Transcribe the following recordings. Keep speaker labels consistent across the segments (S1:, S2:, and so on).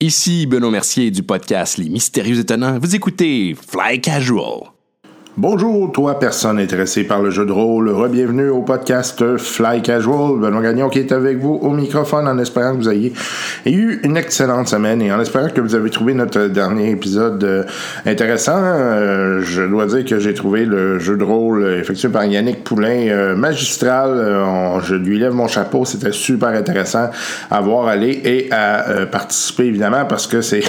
S1: Ici Benoît Mercier du podcast Les Mystérieux Étonnants. Vous écoutez Fly Casual.
S2: Bonjour, toi, personne intéressée par le jeu de rôle. Rebienvenue au podcast Fly Casual. Benoît Gagnon qui est avec vous au microphone en espérant que vous ayez eu une excellente semaine et en espérant que vous avez trouvé notre dernier épisode euh, intéressant. Euh, je dois dire que j'ai trouvé le jeu de rôle euh, effectué par Yannick Poulain euh, magistral. Euh, On- je lui lève mon chapeau. C'était super intéressant à voir aller et à euh, participer évidemment parce que c'est...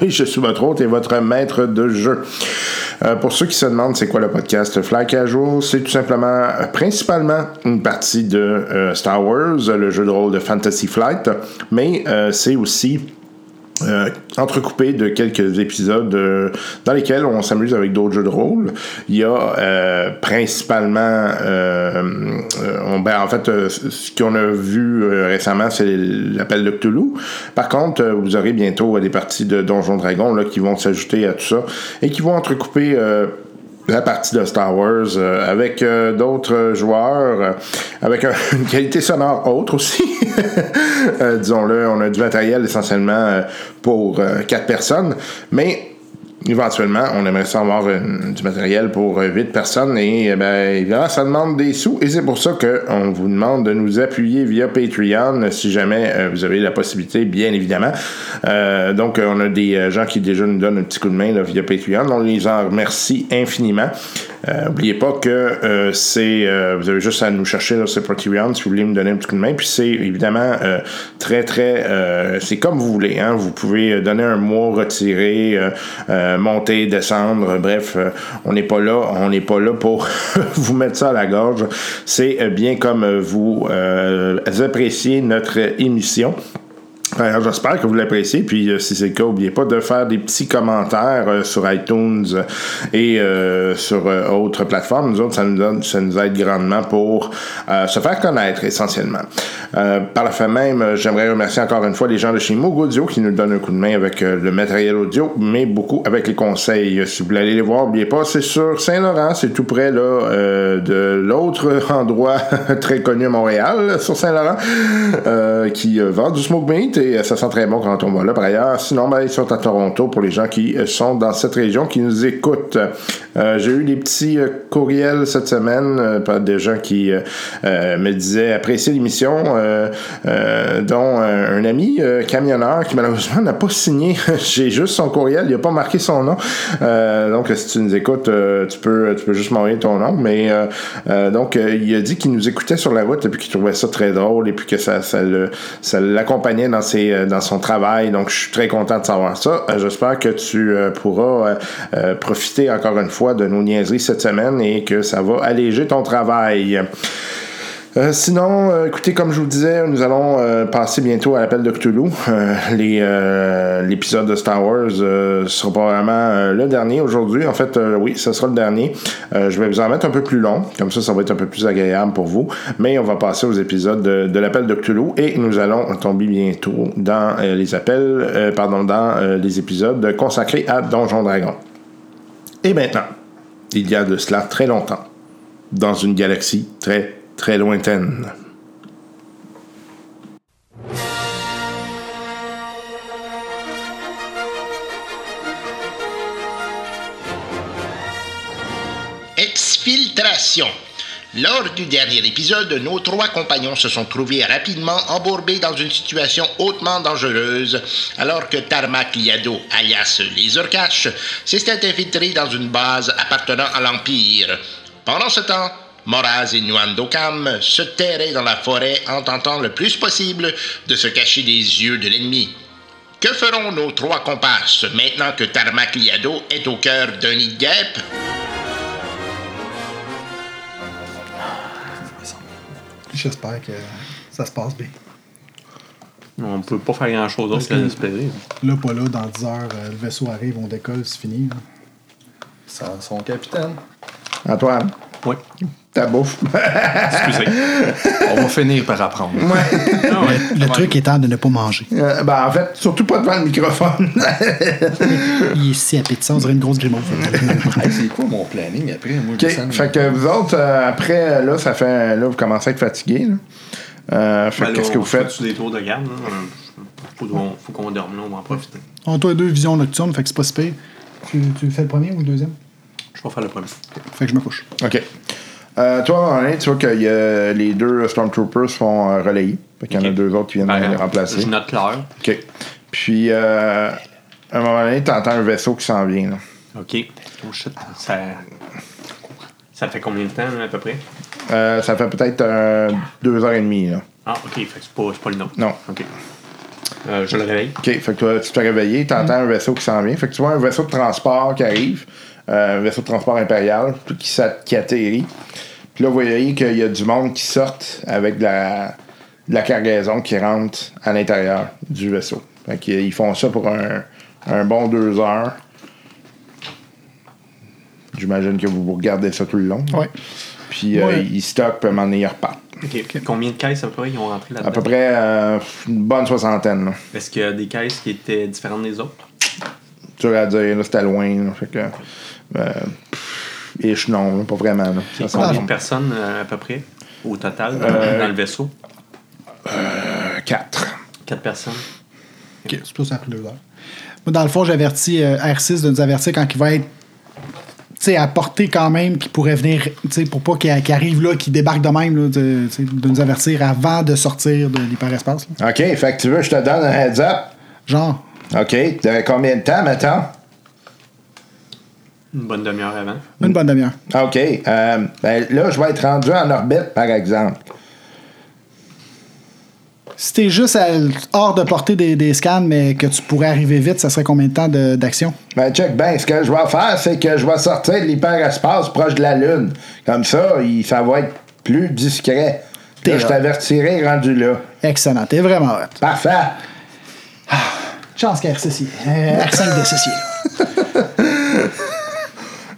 S2: oui, je suis votre hôte et votre maître de jeu. Euh, pour ceux qui se demandent c'est quoi le podcast Fly Casual, c'est tout simplement euh, principalement une partie de euh, Star Wars, le jeu de rôle de Fantasy Flight, mais euh, c'est aussi euh, entrecoupé de quelques épisodes euh, dans lesquels on s'amuse avec d'autres jeux de rôle. Il y a euh, principalement, euh, euh, on- ben, en fait, euh, c- ce qu'on a vu euh, récemment, c'est l'appel de Cthulhu. Par contre, euh, vous aurez bientôt euh, des parties de Donjon Dragon là, qui vont s'ajouter à tout ça et qui vont entrecouper euh, la partie de Star Wars euh, avec euh, d'autres joueurs, euh, avec un- une qualité sonore autre aussi. Euh, Disons-le, on a du matériel essentiellement euh, pour euh, quatre personnes, mais éventuellement, on aimerait ça avoir une- du matériel pour euh, huit personnes et euh, ben, évidemment, ça demande des sous et c'est pour ça qu'on vous demande de nous appuyer via Patreon si jamais euh, vous avez la possibilité, bien évidemment. Euh, donc, euh, on a des euh, gens qui déjà nous donnent un petit coup de main là, via Patreon. On les en remercie infiniment. Euh, N'oubliez pas que euh, c'est euh, vous avez juste à nous chercher là, sur Patreon si vous voulez me donner un petit coup de main. Puis c'est évidemment euh, très très euh, c'est comme vous voulez. Hein? Vous pouvez donner un mois, retirer, euh, euh, monter, descendre. Euh, Bref, euh, on n'est pas là, on n'est pas là pour vous mettre ça à la gorge. C'est euh, bien comme euh, vous euh, appréciez notre émission. Alors, Ben, j'espère que vous l'appréciez. Puis, euh, si c'est le cas, n'oubliez pas de faire des petits commentaires euh, sur iTunes et euh, sur euh, autres plateformes. Nous autres, ça nous, donne- ça nous aide grandement pour euh, se faire connaître essentiellement. Euh, par la fait même, euh, j'aimerais remercier encore une fois les gens de chez Moog Audio qui nous donnent un coup de main avec euh, le matériel audio, mais beaucoup avec les conseils. Euh, Si vous voulez aller les voir, n'oubliez pas, c'est sur Saint-Laurent, c'est tout près là, euh, de l'autre endroit très connu à Montréal, là, sur Saint-Laurent, euh, qui euh, vend du smoke meat et euh, ça sent très bon quand on va là. Par ailleurs, sinon, ben, ils sont à Toronto pour les gens qui euh, sont dans cette région, qui nous écoutent. Euh, J'ai eu des petits euh, courriels cette semaine euh, par des gens qui euh, euh, me disaient apprécier l'émission, euh, euh, dont euh, un ami euh, camionneur qui malheureusement n'a pas signé. J'ai juste son courriel, il n'a pas marqué son nom. Euh, donc, si tu nous écoutes, euh, tu, peux, tu peux juste m'envoyer ton nom. Mais euh, euh, donc, euh, il a dit qu'il nous écoutait sur la route et puis qu'il trouvait ça très drôle et puis que ça, ça, le- ça l'accompagnait dans, ses, euh, dans son travail. Donc, je suis très content de savoir ça. Euh, J'espère que tu euh, pourras euh, euh, profiter encore une fois de nos niaiseries cette semaine et que ça va alléger ton travail. Euh, sinon, euh, écoutez, comme je vous disais, nous allons euh, passer bientôt à l'appel de Cthulhu. Euh, les, euh, L'épisode de Star Wars euh, sera probablement euh, le dernier aujourd'hui. En fait, euh, oui, ce sera le dernier. Euh, je vais vous en mettre un peu plus long, comme ça, ça va être un peu plus agréable pour vous. Mais on va passer aux épisodes de, de l'appel de Cthulhu et nous allons tomber bientôt dans euh, les appels, euh, pardon, dans euh, les épisodes consacrés à Donjon Dragon. Et maintenant, il y a de cela très longtemps dans une galaxie très, très lointaine.
S3: Exfiltration. Lors du dernier épisode, nos trois compagnons se sont trouvés rapidement embourbés dans une situation hautement dangereuse, alors que Tarmac Liado, alias Lasercash, s'était infiltré dans une base appartenant à l'Empire. Pendant ce temps, Moraz et Nuandokam se terraient dans la forêt en tentant le plus possible de se cacher des yeux de l'ennemi. Que feront nos trois comparses maintenant que Tarmac Liado est au cœur d'un nid de guêpe?
S4: J'espère que ça se passe bien.
S5: On peut pas faire grand chose d'autre que d'espérer.
S4: Là, pas là, dans 10 heures, euh, le vaisseau arrive, on décolle, c'est fini. là.
S6: Sans son capitaine.
S2: Antoine,
S5: Oui.
S2: ta bouffe.
S5: Excusez.
S6: On va finir par apprendre.
S5: Ah ouais.
S4: Le truc étant de ne pas manger.
S2: Euh, ben, en fait, surtout pas devant le microphone.
S4: Il est si appétissant, on dirait une grosse grimace.
S6: Hey, c'est quoi mon planning après? Moi, je
S2: OK.
S6: descends-
S2: Fait que vous autres, euh, après, là, ça
S5: Ben,
S2: fait. Là, vous commencez à être fatigué. là. Euh, fait que qu'est-ce que vous faites?
S5: des tours de garde. hein? Faut qu'on faut qu'on dorme là, on va en profiter.
S4: On toi deux visions nocturnes, fait que c'est pas si pire. Tu, tu fais le premier ou le deuxième?
S5: Je vais faire le premier.
S4: Fait que je me couche.
S2: OK. Euh, toi, en ligne, tu vois que y a- les deux Stormtroopers se font euh, relayer. Fait qu'il y en a
S5: Ok.
S2: deux autres qui viennent les remplacer.
S5: Je note l'heure.
S2: OK. Puis, euh, à un moment donné, tu entends un vaisseau qui s'en vient. là.
S5: OK. Oh shit. Ça, ça fait combien de temps, là, à peu près?
S2: Euh, ça fait peut-être euh, deux heures et demie. Là.
S5: Ah, OK. Fait que c'est pas, c'est pas le nom.
S2: Non.
S5: OK. Euh, je le réveille.
S2: OK, fait que toi, tu te réveilles, tu
S4: Mm.
S2: entends un vaisseau qui s'en vient. Fait que tu vois un vaisseau de transport qui arrive, euh, un vaisseau de transport impérial puis qui, s'a- qui atterrit. Puis là, vous voyez qu'il y a du monde qui sort avec de la, de la cargaison qui rentre à l'intérieur du vaisseau. Fait qu'ils ils font ça pour un, un bon deux heures. J'imagine que vous vous regardez ça tout le long.
S4: Ouais.
S2: Puis euh,
S4: Ouais.
S2: ils stockent, puis à un moment donné, ils repartent.
S5: OK. Combien de caisses, à peu près, ils ont rentré
S2: À peu
S5: là-dedans?
S2: près euh, une bonne soixantaine. là.
S5: Est-ce qu'il y a des caisses qui étaient différentes des autres?
S2: dur à dire, là, c'était loin. là, fait que. Euh, pff, ish, non, là, pas vraiment. là.
S5: Et
S2: Ça
S7: Ah,
S2: semble
S5: combien de personnes, euh, à peu près, au total, dans-
S2: Euh,
S5: dans le vaisseau?
S2: un quatre.
S5: Quatre personnes.
S4: C'est pour ça que ça a pris deux heures. Moi, dans le fond, j'avertis euh, R6 de nous avertir quand il va être tu sais, à portée quand même, qu'il pourrait venir, tu sais, pour pas qu'il qu'il arrive là, qu'il débarque de même, là, de, tu sais, de nous avertir avant de sortir de l'hyperespace. là.
S2: OK, fait que tu veux, je te donne un heads up.
S4: Genre,
S2: OK, t'avais combien de temps maintenant?
S5: Une bonne demi-heure avant.
S4: une bonne demi-heure.
S2: OK, euh, ben, là, je vais être rendu en orbite, par exemple.
S4: Si t'es juste à- hors de portée des, des scans, mais que tu pourrais arriver vite, ça serait combien de temps de- d'action?
S2: Ben, check ben, ce que je vais faire, c'est que je vais sortir de l'hyperespace proche de la Lune. Comme ça, il, ça va être plus discret. Là, je t'avertirai rendu là.
S4: Excellent, t'es vraiment hot.
S2: Parfait.
S4: Chance qu'à R6 y est. Euh, R5 de ceci.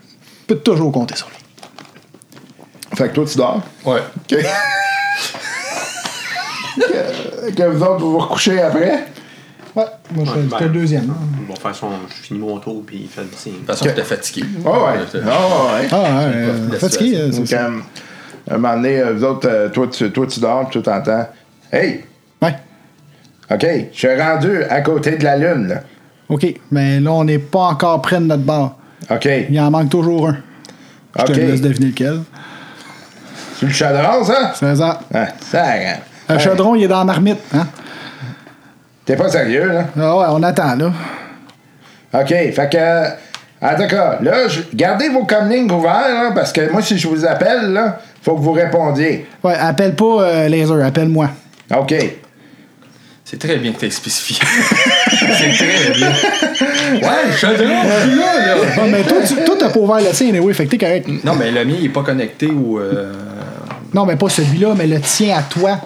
S4: Peut toujours compter sur lui.
S2: Fait que toi, tu dors.
S6: Ouais.
S2: OK. que, que vous autres, vous vous recouchez après?
S4: Ouais, moi je
S5: Ouais,
S4: fais
S5: ben,
S4: le deuxième. hein.
S5: Ils vont faire son. Je finis mon tour, puis il fait le signe.
S6: De toute façon, j'étais fatigué.
S2: Oh, ouais. Oh, ouais.
S4: Ah, ouais,
S6: profite de
S4: euh,
S6: la
S4: fatigué,
S6: situation.
S4: euh, c'est
S2: Donc,
S4: ça.
S2: euh, un moment donné, euh, vous autres, euh, toi, tu, toi, tu dors, puis tu t'entends. Hey!
S4: Ouais,
S2: OK, je suis rendu à côté de la Lune, là.
S4: ok. Mais là, on n'est pas encore près de notre barre.
S2: OK.
S4: Il en manque toujours un. Je te
S2: OK.
S4: laisse deviner lequel.
S2: C'est le chaudron, ça?
S4: C'est ça.
S2: Ah, ça arrête.
S4: Un
S2: Hey,
S4: chaudron, il est dans la marmite. Hein?
S2: T'es pas sérieux, là?
S4: Ah ouais, on attend, là.
S2: OK, fait que. euh, En tout cas, là, je- gardez vos comlings ouverts, là, parce que moi, si je vous appelle, là, faut que vous répondiez.
S4: Ouais, appelle pas euh, Laser, appelle-moi.
S2: OK.
S6: C'est très bien que t'aies spécifié. c'est très bien. Ouais, le chaudron, je suis là, là.
S4: Ouais, mais toi, tu, toi, t'as pas ouvert le tien, anyway, fait que t'es correct.
S6: Non, mais le mien, il est pas connecté au. euh,
S4: Non, mais pas celui-là, mais le tien à toi.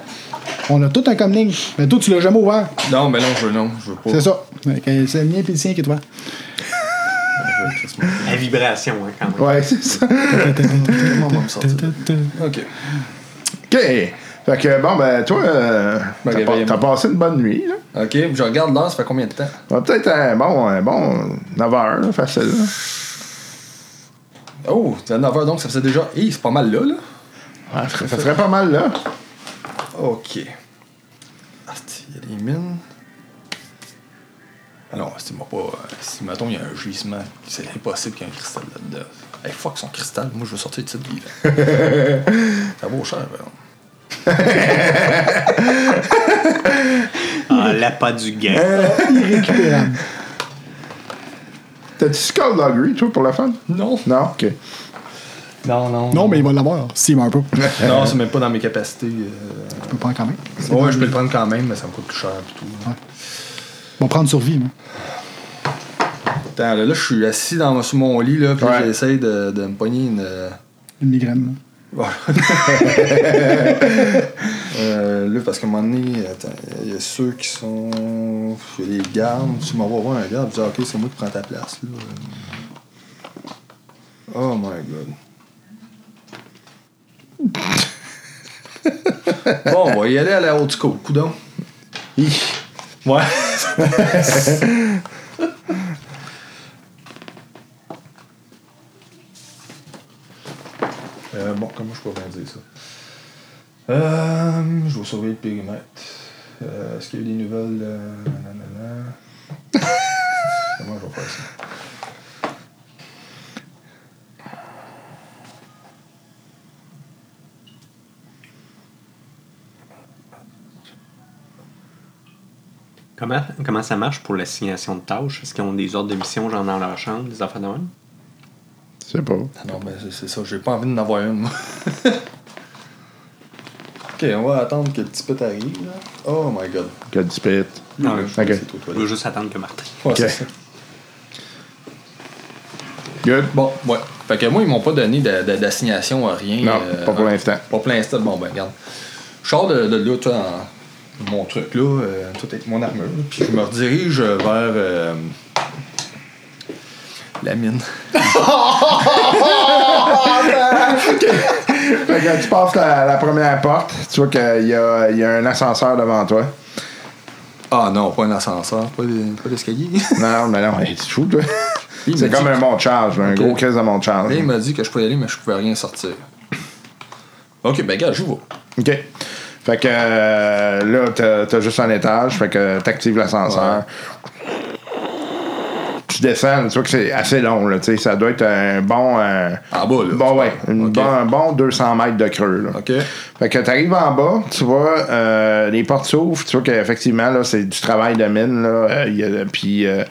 S4: On a tout un comlink. Mais toi, tu l'as jamais ouvert.
S6: Non, mais non, je veux, non, je veux pas.
S4: C'est ça. Fait que C'est le mien et le tien qui est toi.
S5: La vibration, hein, quand même.
S2: Ouais, c'est ça.
S6: Moi, on va me sortir. Ok.
S2: OK. Fait que bon, ben, toi, euh,
S6: Ben,
S2: t'as, pas-
S6: réveillez-moi.
S2: t'as passé une bonne nuit, là.
S6: Ok, puis je regarde là, ça fait combien de temps?
S2: Ouais, peut-être un bon, un bon 9 heures, là, facile. là.
S6: Oh, c'est à 9h donc, ça faisait déjà. Hi, c'est pas mal là, là.
S2: Ouais, ça, ça serait pas mal, là.
S6: Ok. Asti, Il y a des mines. Ah non, c'est moi pas. euh, Si mettons, il y a un gisement, c'est impossible qu'il y ait un cristal là-dedans. Hey, fuck son cristal, moi je veux sortir de cette vie. ça vaut cher, ben. par exemple.
S5: Ah, l'appât du gain.
S4: Euh. Irrécupérable.
S2: T'as-tu Skullduggery, toi, pour la fun?
S6: Non.
S2: Non? OK.
S6: Non, non.
S4: Non, mais il va l'avoir. S'il meurt pas. Je
S6: Non, c'est même pas dans mes capacités. euh.
S4: peux pas quand même.
S6: Ouais, je peux le prendre quand même, mais ça me coûte plus cher pis tout.
S4: On va prendre survie, moi.
S6: Attends, là, là, je suis assis dans, sur mon lit, là, puis là,
S2: Ouais.
S6: j'essaie de, de me pogner une. euh,
S4: Une migraine. là.
S6: Voilà. Euh, là, parce qu'à un moment donné, attends, il y a ceux qui sont. Il y a des gardes. Tu m'envoies voir un garde, tu dis, ah, OK, c'est moi qui prends ta place. Là. Oh my god. bon, on va y aller à la haute scope, coudon. Ouais. Euh, bon, comment je pourrais bien dire ça? Euh, je vais surveiller le périmètre. Euh, Est-ce qu'il y a eu des nouvelles? euh, nanana. Comment je vais faire ça?
S5: Comment, comment ça marche pour l'assignation de tâches? Est-ce qu'ils ont des ordres de mission, genre dans leur chambre, des affaires de même?
S2: C'est pas.
S6: Ah Non, mais c'est- c'est ça, j'ai pas envie d'en avoir une, moi. ok, on va attendre que le petit pet arrive, là. Oh my god.
S2: Que du pit.
S5: Non, je
S2: Ok.
S6: C'est
S5: je
S6: aux toilettes.
S5: veux juste attendre que Martin.
S6: Ouais,
S2: Ok.
S6: c'est ça.
S2: Good.
S6: Bon, ouais. Fait que moi, ils m'ont pas donné de- de- d'assignation à rien. euh,
S2: Non, pas pour
S6: en-
S2: l'instant.
S6: Pas pour l'instant. Bon, ben, regarde. Je sors de, de là, tu sais, en- mon truc, là, euh, tout avec mon armure. Puis je me redirige euh, vers euh, la mine.
S2: Fait que tu passes la, la première porte, tu vois qu'il y a, il y a un ascenseur devant toi.
S6: Ah non, pas un ascenseur, pas des- pas d'escalier.
S2: Non, mais non, hey, tu te fous, toi.
S6: Il
S2: C'est
S6: m'a
S2: comme
S6: dit-
S2: un mont de charge, un
S6: Ok.
S2: gros crise de mont de charge.
S6: Là, il m'a dit que je pouvais y aller, mais je pouvais rien sortir. Ok, ben, gars, je vais.
S2: OK. Fait que euh, là, t'as, t'as juste un étage, fait que t'actives l'ascenseur. Tu descends, tu vois que c'est assez long, là, tu sais, ça doit être un bon... euh,
S6: En bas, là.
S2: Bon, ouais, une
S6: Ok.
S2: bon- un bon 200 mètres de creux, là.
S6: Ok.
S2: Fait que t'arrives en bas, tu vois, euh, les portes s'ouvrent, tu vois qu'effectivement, là, c'est du travail de mine, là. euh, il y a- puis, euh,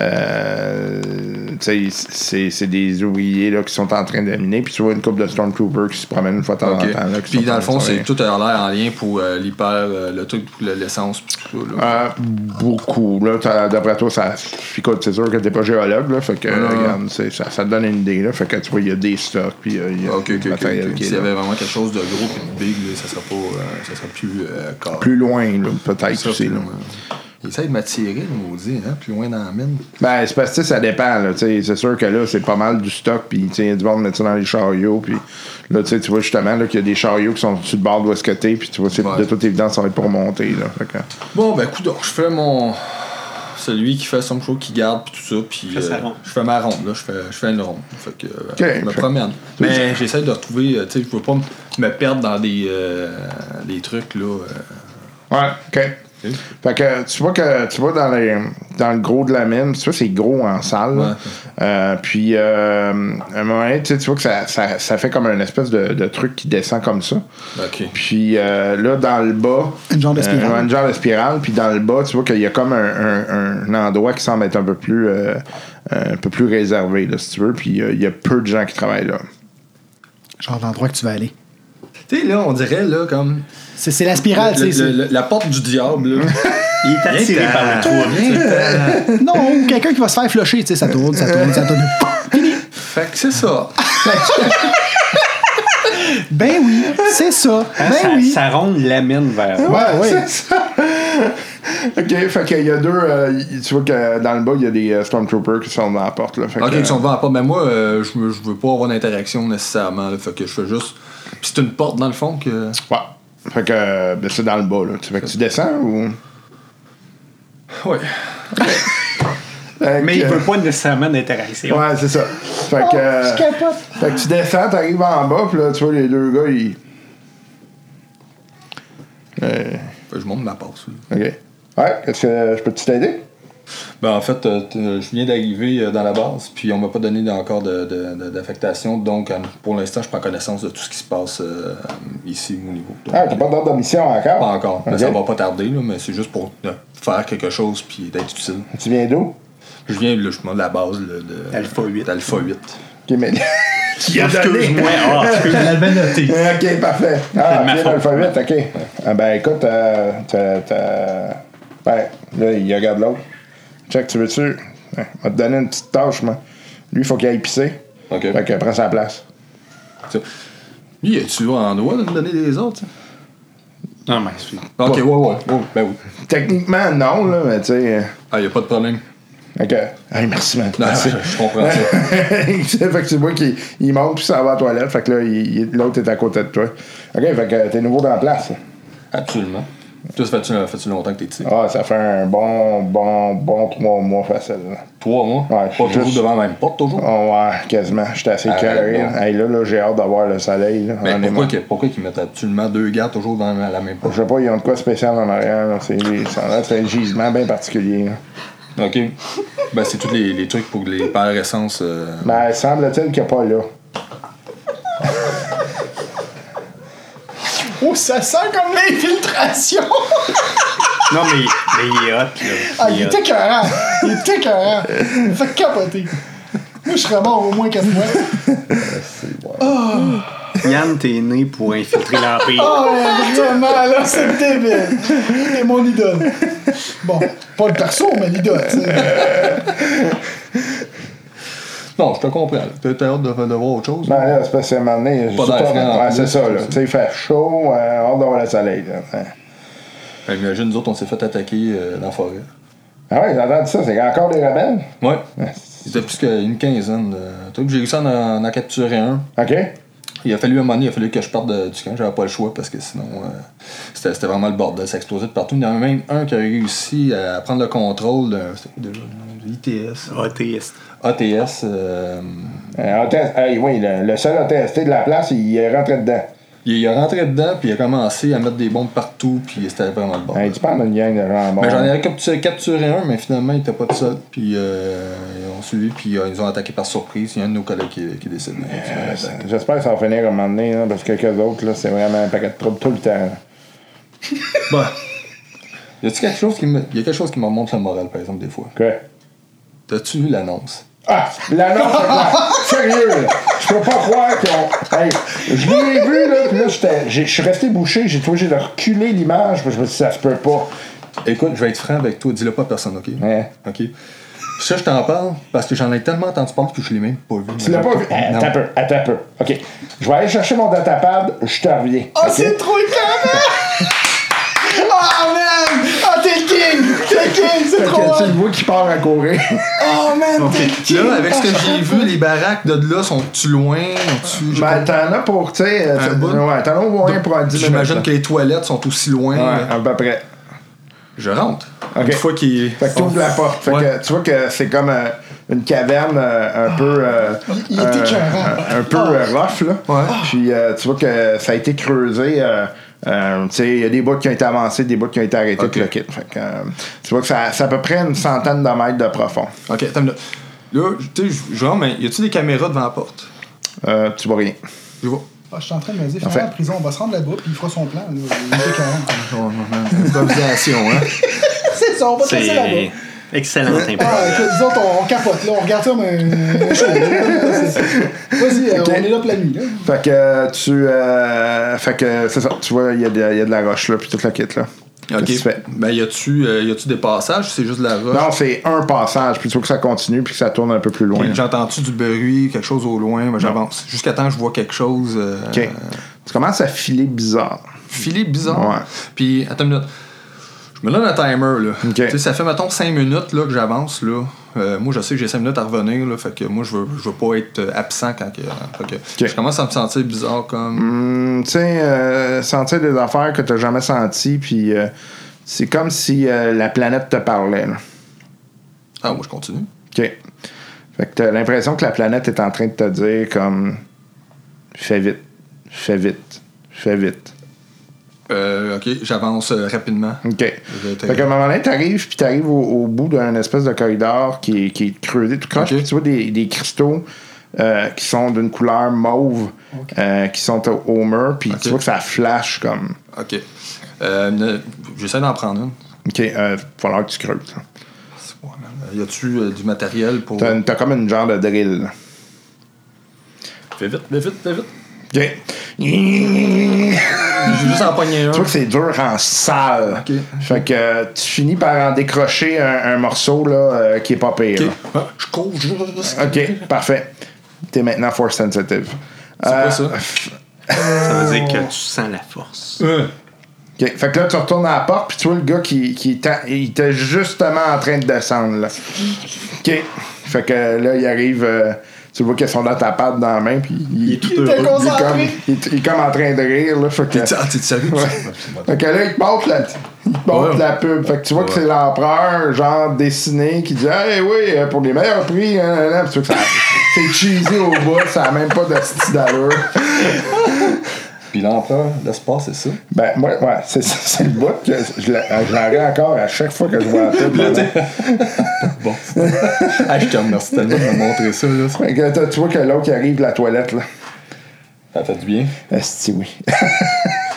S2: euh, tu sais, c'est, c'est des ouvriers, là, qui sont en train de miner, puis tu vois une couple de Stormtroopers qui se promènent une fois de temps
S6: Ok.
S2: en temps, là, qui
S6: Puis
S2: sont
S6: dans le
S2: en train
S6: fond,
S2: de
S6: c'est
S2: travailler.
S6: tout à l'air en lien pour euh, l'hyper, euh, le truc pour l'essence, puis tout ça. là.
S2: Euh, beaucoup, là, t'as- d'après toi, ça... Écoute, c'est sûr que t'es pas géologue, là, fait que,
S6: non, non.
S2: regarde, c'est- ça, ça te donne une idée, là, fait que tu vois, il y a des stocks, puis euh, il y a
S6: Ah, Ok,
S2: du
S6: ok, ok.
S2: matériel
S6: ok.
S2: qui est
S6: S'il y
S2: là.
S6: avait vraiment quelque chose de gros et de big, là, ça serait pas. euh, ça serait plus euh, carré.
S2: Plus loin, là, peut-être,
S6: Ça,
S2: aussi,
S6: plus
S2: là.
S6: loin. Il essaie de m'attirer, le maudit, hein, plus loin dans la mine.
S2: Ben, c'est parce que tu sais, ça dépend. là, tu sais, C'est sûr que là, c'est pas mal du stock. Puis, tu sais, il y a du monde mettre ça dans les chariots. Puis, là, tu sais, tu vois justement là, qu'il y a des chariots qui sont sur le bord de l'ouest côté. Puis, tu vois, c'est
S6: Ouais.
S2: de toute évidence, ça va être pour monter. Là, Fait que,
S6: Bon, ben, coup je fais mon. Celui qui fait son show, qui garde, puis tout ça, puis.
S5: Fais sa
S6: euh,
S5: ronde.
S6: je fais ma ronde, là, je fais, je fais une ronde. Fait que. euh, je me
S2: fait-
S6: promène. Mais j'essaie de retrouver, euh, tu sais, je veux pas m- me perdre dans des, euh, des trucs, là. euh,
S2: Ouais, OK.
S6: Ok.
S2: Fait que tu vois que tu vois dans, les, dans le gros de la mine, tu vois, c'est gros en salle. là.
S6: Ouais.
S2: Euh, puis, euh, à un moment donné, tu sais, tu vois que ça, ça, ça fait comme un espèce de, de truc qui descend comme ça.
S6: Ok.
S2: Puis euh, là, dans le bas.
S4: Une genre de
S2: euh,
S4: spirale.
S2: ouais, une genre de spirale. Puis dans le bas, tu vois qu'il y a comme un, un- un endroit qui semble être un peu plus, euh, un peu plus réservé, là, si tu veux. Puis euh, il y a peu de gens qui travaillent là.
S4: Genre l'endroit que tu vas aller.
S6: Tu sais, là, on dirait, là, comme.
S4: C'est c'est la spirale,
S6: Le-
S4: tu sais.
S6: le-
S4: c'est-
S6: le- la porte du diable, là.
S5: Il est attiré
S6: t'as-
S5: par le trou. tu sais.
S4: Non, ou quelqu'un qui va se faire flusher, tu sais, ça tourne, ça tourne, ça tourne.
S6: fait que c'est ça.
S4: Ben oui, c'est ça. Ben
S5: ça,
S4: oui. Ah,
S5: ça ronde l'amène vers.
S2: Ouais,
S4: oui.
S2: c'est ça. ok, fait qu'il y a deux. euh, tu vois que dans le bas, il y a des euh, Stormtroopers qui sont dans la porte. Là, Fait
S6: Ok,
S2: que,
S6: ils sont pas Mais moi, euh, je veux- je veux pas avoir d'interaction nécessairement. là. fait que je fais juste. Puis c'est une porte dans le fond que.
S2: Ouais. Fait que euh, ben, c'est dans le bas. Là. Tu- Fait que tu descends ou.
S6: Ouais.
S2: Fait
S5: Mais
S2: que,
S5: il veut pas nécessairement d'interaction.
S2: Ouais, c'est ça. Fait que. euh, Fait que tu descends, t'arrives en bas, puis là, tu vois, les deux gars, ils. Euh,
S6: Fait que je monte ma passe. là.
S2: ok. Ouais, qu'est-ce que je peux-tu t'aider?
S6: Ben en fait, euh, t- euh, je viens d'arriver euh, dans la base, puis on m'a pas donné encore de- de- de- d'affectation. donc, euh, pour l'instant, je prends connaissance de tout ce qui se passe euh, ici, au niveau. Donc,
S2: Ah, t'as pas d'ordre de mission encore?
S6: pas encore. Mais
S2: Ok.
S6: ça va pas tarder, là, mais c'est juste pour euh, faire quelque chose puis d'être utile.
S2: Tu viens d'où?
S6: Je viens là, je suis de la base là, de.
S5: Alpha 8.
S6: Alpha 8.
S2: Ok, mais. tu y as donné.
S5: Excuse-moi, ah, excuse-
S2: Ok, parfait. Ah,
S5: de ma
S2: viens
S5: faute.
S2: d'alphabet, ok. Ah, ben, écoute, euh, t'as. t'as- Ben, là, il regarde l'autre. Check, tu veux-tu? Ouais, on va te donner une petite tâche, moi. Lui, faut qu'il aille pisser.
S6: Ok.
S2: Fait que prends sa place.
S6: Ça. Lui, es-tu en droit de me donner des autres? ça?
S5: Non, mais excuse.
S6: Ok, ouais, ouais, ouais, ben oui.
S2: Techniquement, non, là, mais tu sais. euh,
S6: Ah, y a pas de problème.
S2: Ok. Hey, merci, man.
S6: Non,
S2: Merci.
S6: je comprends ça.
S2: fait que tu vois qu'il il monte puis ça va à la toilette. Fait que là, il- il- l'autre est à côté de toi. OK, fait que t'es nouveau dans la place.
S6: Absolument. Toi, ça fait-tu fait longtemps que t'es ici?
S2: Ah, ça fait un bon, bon, bon trois mois facile.
S6: Trois mois?
S2: Ouais,
S6: pas
S2: je suis
S6: toujours
S2: juste-
S6: devant la même porte, toujours?
S2: Oh, ouais, quasiment. J'étais assez
S6: Arrête
S2: carré.
S6: donc.
S2: Hey, là, là, j'ai hâte d'avoir le soleil. Là,
S6: Mais
S2: honnêtement.
S6: Ben, pourquoi, que- pourquoi qu'ils mettent absolument deux gars toujours dans la, la même
S2: Je
S6: porte?
S2: sais pas, ils ont de quoi spécial en arrière. là. C'est, ça a l'air que c'est un gisement bien particulier. là.
S6: OK. ben, c'est tous les, les trucs pour les par essence. euh,
S2: Ben, semble-t-il qu'il n'y a pas là.
S4: Oh, ça sent comme l'infiltration!
S5: Non, mais, mais il est hot, là.
S4: Ah, il
S5: est
S4: est
S5: hot.
S4: écœurant! Il est écœurant! Fait capoter! Moi, je serais mort au moins quatre fois.
S5: Yann, t'es né pour infiltrer l'Empire.
S4: Ah, ouais, vraiment, là, c'est débile! Et mon idole. Bon, pas le perso, mais l'idole, tu sais.
S6: Non, je te comprends. là. T'as t'as hâte de, de voir autre chose.
S2: Ben là, c'est parce que à un moment donné, je
S6: Pas
S2: suis
S6: d'air frais, en
S2: ouais,
S6: plus,
S2: c'est ça,
S6: c'est
S2: là.
S6: ça.
S2: Tu sais, il fait chaud, euh, hors d'avoir le soleil, là. Ouais.
S6: Fait que Imagine, nous autres, on s'est fait attaquer euh, dans la forêt.
S2: Ah ouais, j'ai entendu ça, c'est encore des rebelles?
S6: Ouais. Il était plus qu'une quinzaine. de trucs. J'ai réussi à en, en capturer un.
S2: OK?
S6: Il a fallu un moment donné, il a fallu que je parte de- du camp. J'avais pas le choix parce que sinon, euh, c'était c'était vraiment le bordel. Ça explosait de partout. Il y en a même un qui a réussi à prendre le contrôle d'un. c'était quoi déjà le nom? ITS.
S5: Athéiste.
S6: ATS. euh,
S2: Euh, hôtel- hey, oui, le, le seul OTST de la place, il est rentré dedans.
S6: il, il est rentré dedans, puis il a commencé à mettre des bombes partout, puis c'était vraiment le bordel.
S2: Hey, tu parles d'une gang de gens bons.
S6: Mais Ben, j'en ai capturé, capturé un, mais finalement, il était pas tout seul. Puis euh, ils ont suivi, puis euh, ils ont attaqué par surprise. Il y a un de nos collègues qui, qui est décédé.
S2: Euh, J'espère que ça va finir à un moment donné, là, parce que quelques autres, là, c'est vraiment un paquet de troubles tout le temps. là.
S6: Bon. Y a-tu quelque chose qui me. Y a quelque chose qui me montre le moral, par exemple, des fois.
S2: Que?
S6: T'as-tu vu l'annonce?
S2: Ah! L'annonce est claire. Sérieux, là. Je peux pas croire qu'ils ont. Hey, je l'ai vu, là, puis là, j'étais- j'ai- je suis resté bouché, j'ai trouvé, j'ai de reculer l'image, parce que je me suis dit, ça se peut pas.
S6: Écoute, je vais être franc avec toi, dis-le pas à personne, ok?
S2: Ouais.
S6: Ok. Ça, je t'en parle parce que j'en ai tellement entendu parler que je l'ai même pas vu.
S2: Tu l'as pas vu? Eh,
S6: Non.
S2: Attends un peu, attends un peu. OK. Je vais aller chercher mon datapad, je te reviens.
S4: Ah,
S2: OK?
S4: c'est trop écœurant! Oh man! Ah, t'es le king! T'es le king! C'est
S2: Fait que
S4: trop
S2: tu le
S4: hot!
S2: vois qui part à courir.
S4: Oh man, t'es le
S6: Fait que
S4: king!
S6: Là, avec ce que j'ai vu, les baraques de là sont-tu loin? Sont-tu- j'ai
S2: Ben,
S6: pas-
S2: t'en as pour, tu sais.
S6: Un
S2: t'en-
S6: bout.
S2: Ouais, t'en as au moins pour un 10 minutes.
S6: J'imagine
S2: là.
S6: que les toilettes sont aussi loin.
S2: Ouais,
S6: là.
S2: à peu près.
S6: Je rentre.
S2: Ok.
S6: Une fois qu'il.
S2: Fait que t'ouvres la porte. Fait
S6: Ouais.
S2: que tu vois que c'est comme euh, une caverne euh, un peu. euh,
S4: Il est
S2: euh,
S4: écœurant.
S2: un, un peu euh, rough, là.
S6: Ouais.
S2: Puis euh, tu vois que ça a été creusé. euh, euh, tu sais, il y a des bouts qui ont été avancés, des bouts qui ont été arrêtés,
S6: Ok.
S2: tout le kit. Fait que, euh, tu vois que ça, c'est à peu près une centaine de mètres de profond.
S6: Ok, attends une minute. Là, tu sais, je- je rentre, mais y a-tu des caméras devant la porte?
S2: Euh, tu vois rien.
S6: Je vois.
S4: Ah, je suis en train de me dire,
S2: En
S4: finalement,
S2: fait-
S4: la prison, on va se rendre là-bas, puis il fera son plan. là. Il est écœurant.
S6: Oh, Improvisation, hein?
S4: C'est ça, on va te laisser là-bas.
S5: C'est excellent
S4: Ah,
S5: improvisation.
S4: écoute, nous autres, on, on capote, là, on regarde ça, mais. Vas-y, euh,
S2: Ok.
S4: on est là pour la nuit, là.
S2: Fait que euh, tu. euh, fait que c'est ça. Tu vois, il y, a de- il y a de la roche, là, puis tout le kit, là. Qu'est-ce
S6: Ok.
S2: que tu fais?
S6: Ben, y a-tu euh, y a-tu des passages? ou C'est juste de la roche?
S2: Non, c'est un passage, puis tu vois que ça continue, puis que ça tourne un peu plus loin.
S6: Puis
S2: là.
S6: J'entends-tu du bruit, quelque chose au loin? Ben, J'avance. Jusqu'à temps que je vois quelque chose. euh,
S2: OK. Tu commences à filer bizarre.
S6: Filet bizarre.
S2: Ouais.
S6: Puis, attends une minute. Je me donne un timer, là.
S2: Ok.
S6: Tu sais, ça fait, mettons, 5 minutes là, que j'avance, là. Euh, moi, je sais que j'ai 5 minutes à revenir, là. Fait que moi, je veux, je veux pas être euh, absent quand que. fait que Je commence à me sentir bizarre comme.
S2: Hum, tu sais, euh, sentir des affaires que t'as jamais senties, puis euh, c'est comme si euh, la planète te parlait. là.
S6: Ah, moi, je continue.
S2: OK. Fait que t'as l'impression que la planète est en train de te dire comme fais vite, fais vite, fais vite.
S6: Euh, ok, j'avance euh, rapidement.
S2: OK.
S6: vais
S2: Fait qu'à un moment donné, t'arrives, puis t'arrives au, au bout d'un espèce de corridor qui est, qui est creusé tout croche,
S6: Ok.
S2: puis tu vois des, des cristaux euh, qui sont d'une couleur mauve, euh, qui sont au, au mur, puis
S6: Ok.
S2: tu vois que ça flash comme.
S6: Ok. Euh, ne- J'essaie d'en prendre une.
S2: OK, euh, falloir que tu creuses. là.
S6: Ouais, man. Euh, Y a-tu euh, du matériel pour.
S2: T'as, t'as comme une genre de drill. là.
S6: Fais vite, fais vite, fais vite.
S2: OK. tu
S6: Je vais juste en pogner un.
S2: vois que c'est dur en salle.
S6: Ok.
S2: Fait que euh, tu finis par en décrocher un, un morceau là, euh, qui est pas pire.
S6: Ok.
S2: là.
S6: Ah, Je cours, je.
S2: OK, parfait. T'es maintenant force sensitive. Euh,
S6: C'est quoi ça?
S5: Ça veut dire que tu sens la force.
S6: Euh,
S2: OK. Fait que là, tu retournes à la porte, puis tu vois le gars qui, qui t'a- il était justement en train de descendre. Là. OK. Fait que là, il arrive. euh, tu vois qu'ils sont dans ta patte dans la main, puis il,
S5: est tout
S2: il
S5: heureux.
S2: est
S4: Il est
S2: comme,
S4: concentré.
S2: il est- il est comme en train de rire. Là, fait que,
S6: T'es- ah, t'es sérieux?
S2: Ouais. Fait que là, il te montre la, il te montre
S6: Ouais.
S2: la pub. Fait que tu vois que
S6: Ouais.
S2: c'est l'empereur, genre dessiné, qui dit Hey, oui, euh, pour les meilleurs prix, hein, hein, hein. Puis tu vois que ça- c'est cheesy au bout, ça n'a même pas de style d'allure.
S6: Puis l'ampleur, l'espace, c'est ça.
S2: Ben, moi, ouais, c'est ça, c'est le bout que je la- je l'en ris encore à chaque fois que je vois la pub. pendant-
S6: Bon. Ah, je te remercie tellement de me montrer ça. Là.
S2: Fait que t'as- Tu vois que l'autre qui arrive de la toilette, là.
S6: Ça fait du bien.
S2: Esti, oui.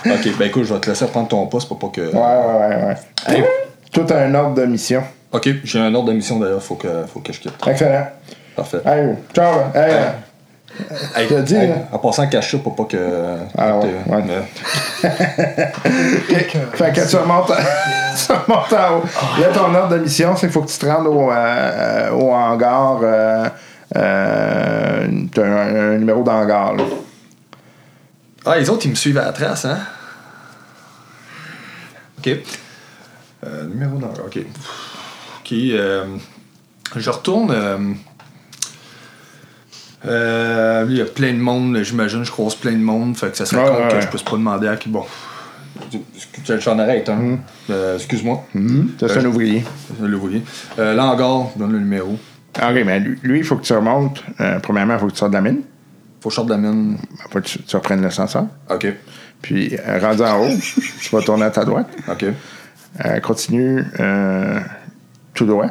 S6: Ok, ben écoute, je vais te laisser reprendre ton poste pour pas que.
S2: Ouais, ouais, ouais, ouais.
S6: Hey.
S2: Tout a un ordre de mission.
S6: Ok, j'ai un ordre de mission d'ailleurs, faut que, faut que je quitte.
S2: Excellent.
S6: Parfait.
S2: Hey, ciao, là. Hey, là. Je te dis,
S6: Hey,
S2: là.
S6: en passant, cache ça pour pas que.
S2: Ah ouais,
S6: que-
S2: ouais.
S6: euh,
S2: Fait que tu remontes, tu remontes en haut. Là, ton ordre de mission, c'est qu'il faut que tu te rendes au, euh, au hangar. Euh, euh, t'as un, un numéro d'hangar, là.
S6: Ah, les autres, ils me suivent à la trace, hein? OK. Euh, numéro d'un. OK. OK. euh, je retourne. euh, euh, il y a plein de monde, là, j'imagine, je croise plein de monde, fait que ça serait
S2: Ouais,
S6: con
S2: ouais,
S6: que
S2: ouais.
S6: je puisse pas demander à qui. Bon. Excuse- J'en arrête, hein?
S2: Mm-hmm.
S6: Euh, Excuse-moi.
S2: Ça, c'est
S6: Euh,
S2: un ouvrier.
S6: Le voyez. Euh, L'hangar, je donne le numéro.
S2: Ah, OK, mais lui, lui, il faut que tu remontes. Euh, premièrement, il faut que tu sortes de la mine.
S6: Faut que je sorte de la mine.
S2: Faut que tu, tu reprennes l'ascenseur.
S6: OK.
S2: Puis, euh, rendu en haut, tu vas tourner à ta droite.
S6: OK.
S2: Euh, continue euh, tout droit.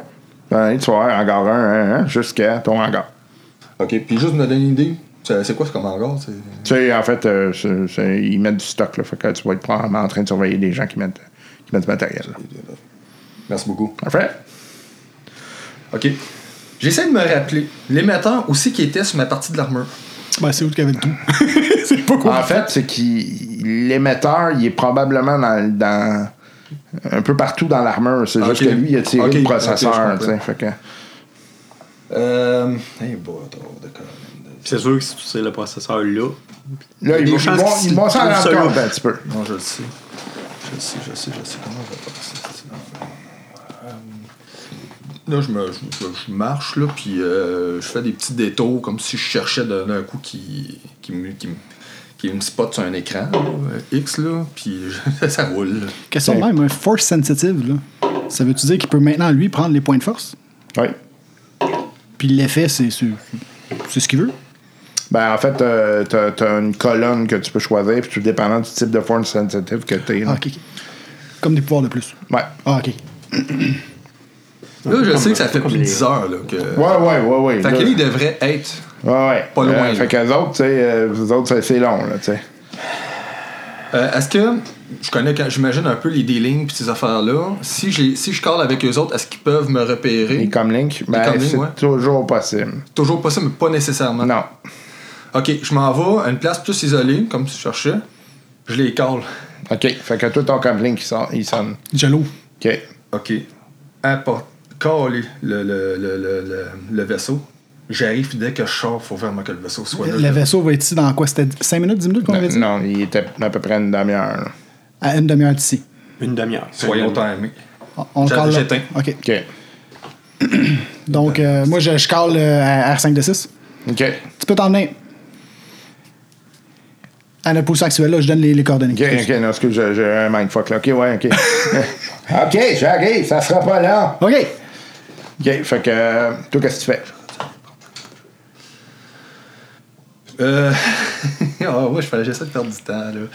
S2: Puis, tu vas avoir hangar 1, 1, 1 jusqu'à ton hangar.
S6: OK. Puis juste me donner une idée. C'est c'est quoi ce comme hangar? c'est-
S2: Tu sais, en fait, euh, c'est- c'est- ils mettent du stock, là. Fait que tu vas être probablement en train de surveiller des gens qui mettent, qui mettent du matériel. là.
S6: Merci beaucoup.
S2: Parfait?
S6: OK. J'essaie de me rappeler l'émetteur aussi qui était sur ma partie de l'armure.
S4: Ben, c'est où qu'il y avait le tout. c'est pas quoi.
S2: En fait, c'est qu'il l'émetteur, il est probablement dans, dans- un peu partout dans l'armure. C'est
S6: Ah,
S2: juste
S6: ok.
S2: que lui, il a tiré
S6: Ok,
S2: le
S6: ok,
S2: processeur.
S6: je
S2: tu sais, fait que-
S6: Euh. Hey, boy, attends, d'accord.
S5: Puis c'est sûr que si tu sais le processeur là,
S2: là,
S5: Il y a des
S2: ils vont-
S5: chances
S2: ils vont-
S5: qu'il
S2: ils vont s'en
S5: trouve
S2: rendre
S5: ça
S2: compte
S5: là.
S2: un petit peu.
S6: Non, je le sais. Je le sais, je le sais, je le sais. Comment je vais faire ça? c'est dans- Euh, Là, je, me, je, je- je marche, là, puis euh, je fais des petits détours comme si je cherchais d'un d'un coup qui, qui, me, qui, me, qui me spot sur un écran, là, euh, X, là, puis je- ça roule. là.
S4: Question de même, un force sensitive, là. Ça veut-tu dire qu'il peut maintenant, lui, prendre les points de force?
S2: Oui.
S4: Puis l'effet, c'est c'est- c'est ce qu'il veut.
S2: Ben, en fait, euh, t'as t'as une colonne que tu peux choisir, puis tout dépendant du type de force sensitive que t'es. là.
S4: Ah, ok. ok. Comme des pouvoirs de plus.
S2: Ouais.
S4: Ah, ok.
S6: Là, je
S5: Comme-
S6: sais que ça fait
S5: comme
S6: plus de
S5: les-
S6: 10 heures, là, que...
S2: Ouais, ouais, ouais, ouais. là.
S6: Fait que là, il devrait être
S2: Ouais, ouais.
S6: Pas loin,
S2: Euh,
S6: là.
S2: fait qu'eux autres, tu sais, euh, vous autres, c'est- c'est long, là, tu sais.
S6: Euh, est-ce que je connais, quand- j'imagine un peu les dealings puis ces affaires-là. Si j'ai, si je colle avec eux autres, est-ce qu'ils peuvent me repérer
S2: Les comlink,
S6: Les
S2: ben,
S6: comlinks,
S2: c'est
S6: ouais.
S2: toujours possible.
S6: Toujours pas ça, mais pas nécessairement.
S2: Non.
S6: Ok, je m'en vais à une place plus isolée, comme tu cherchais. Je les colle.
S2: OK. Fait que toi, ton comlink, il, son- il sonne.
S4: Jaloux.
S2: OK.
S6: Ok, importe, coller le, le, le, le, le, le vaisseau. J'arrive puis dès que je sors, faut vraiment que le vaisseau soit là.
S4: Le vaisseau va être ici dans quoi C'était 5 minutes, 10 minutes qu'on avait dit
S2: Non, il était à peu près une demi-heure. là.
S4: À une demi-heure d'ici.
S5: une demi-heure.
S6: Soyons
S5: Une demi-heure.
S6: timés.
S4: On- On le
S6: J'a-
S4: cale là.
S6: j'éteins.
S4: Ok.
S2: OK.
S4: Donc, euh, moi, je, je cale euh, à R5D6.
S2: OK.
S4: Tu peux t'emmener. À notre position actuelle, là, je donne les, les coordonnées.
S2: OK, OK, non, excuse, j'ai j'ai un mindfuck, là. OK, ouais, OK. OK, j'arrive, ça sera pas long.
S4: OK.
S2: OK, fait que, euh, toi, qu'est-ce que tu fais?
S6: Euh... ah ouais, je fallait j'essaie de perdre du temps là.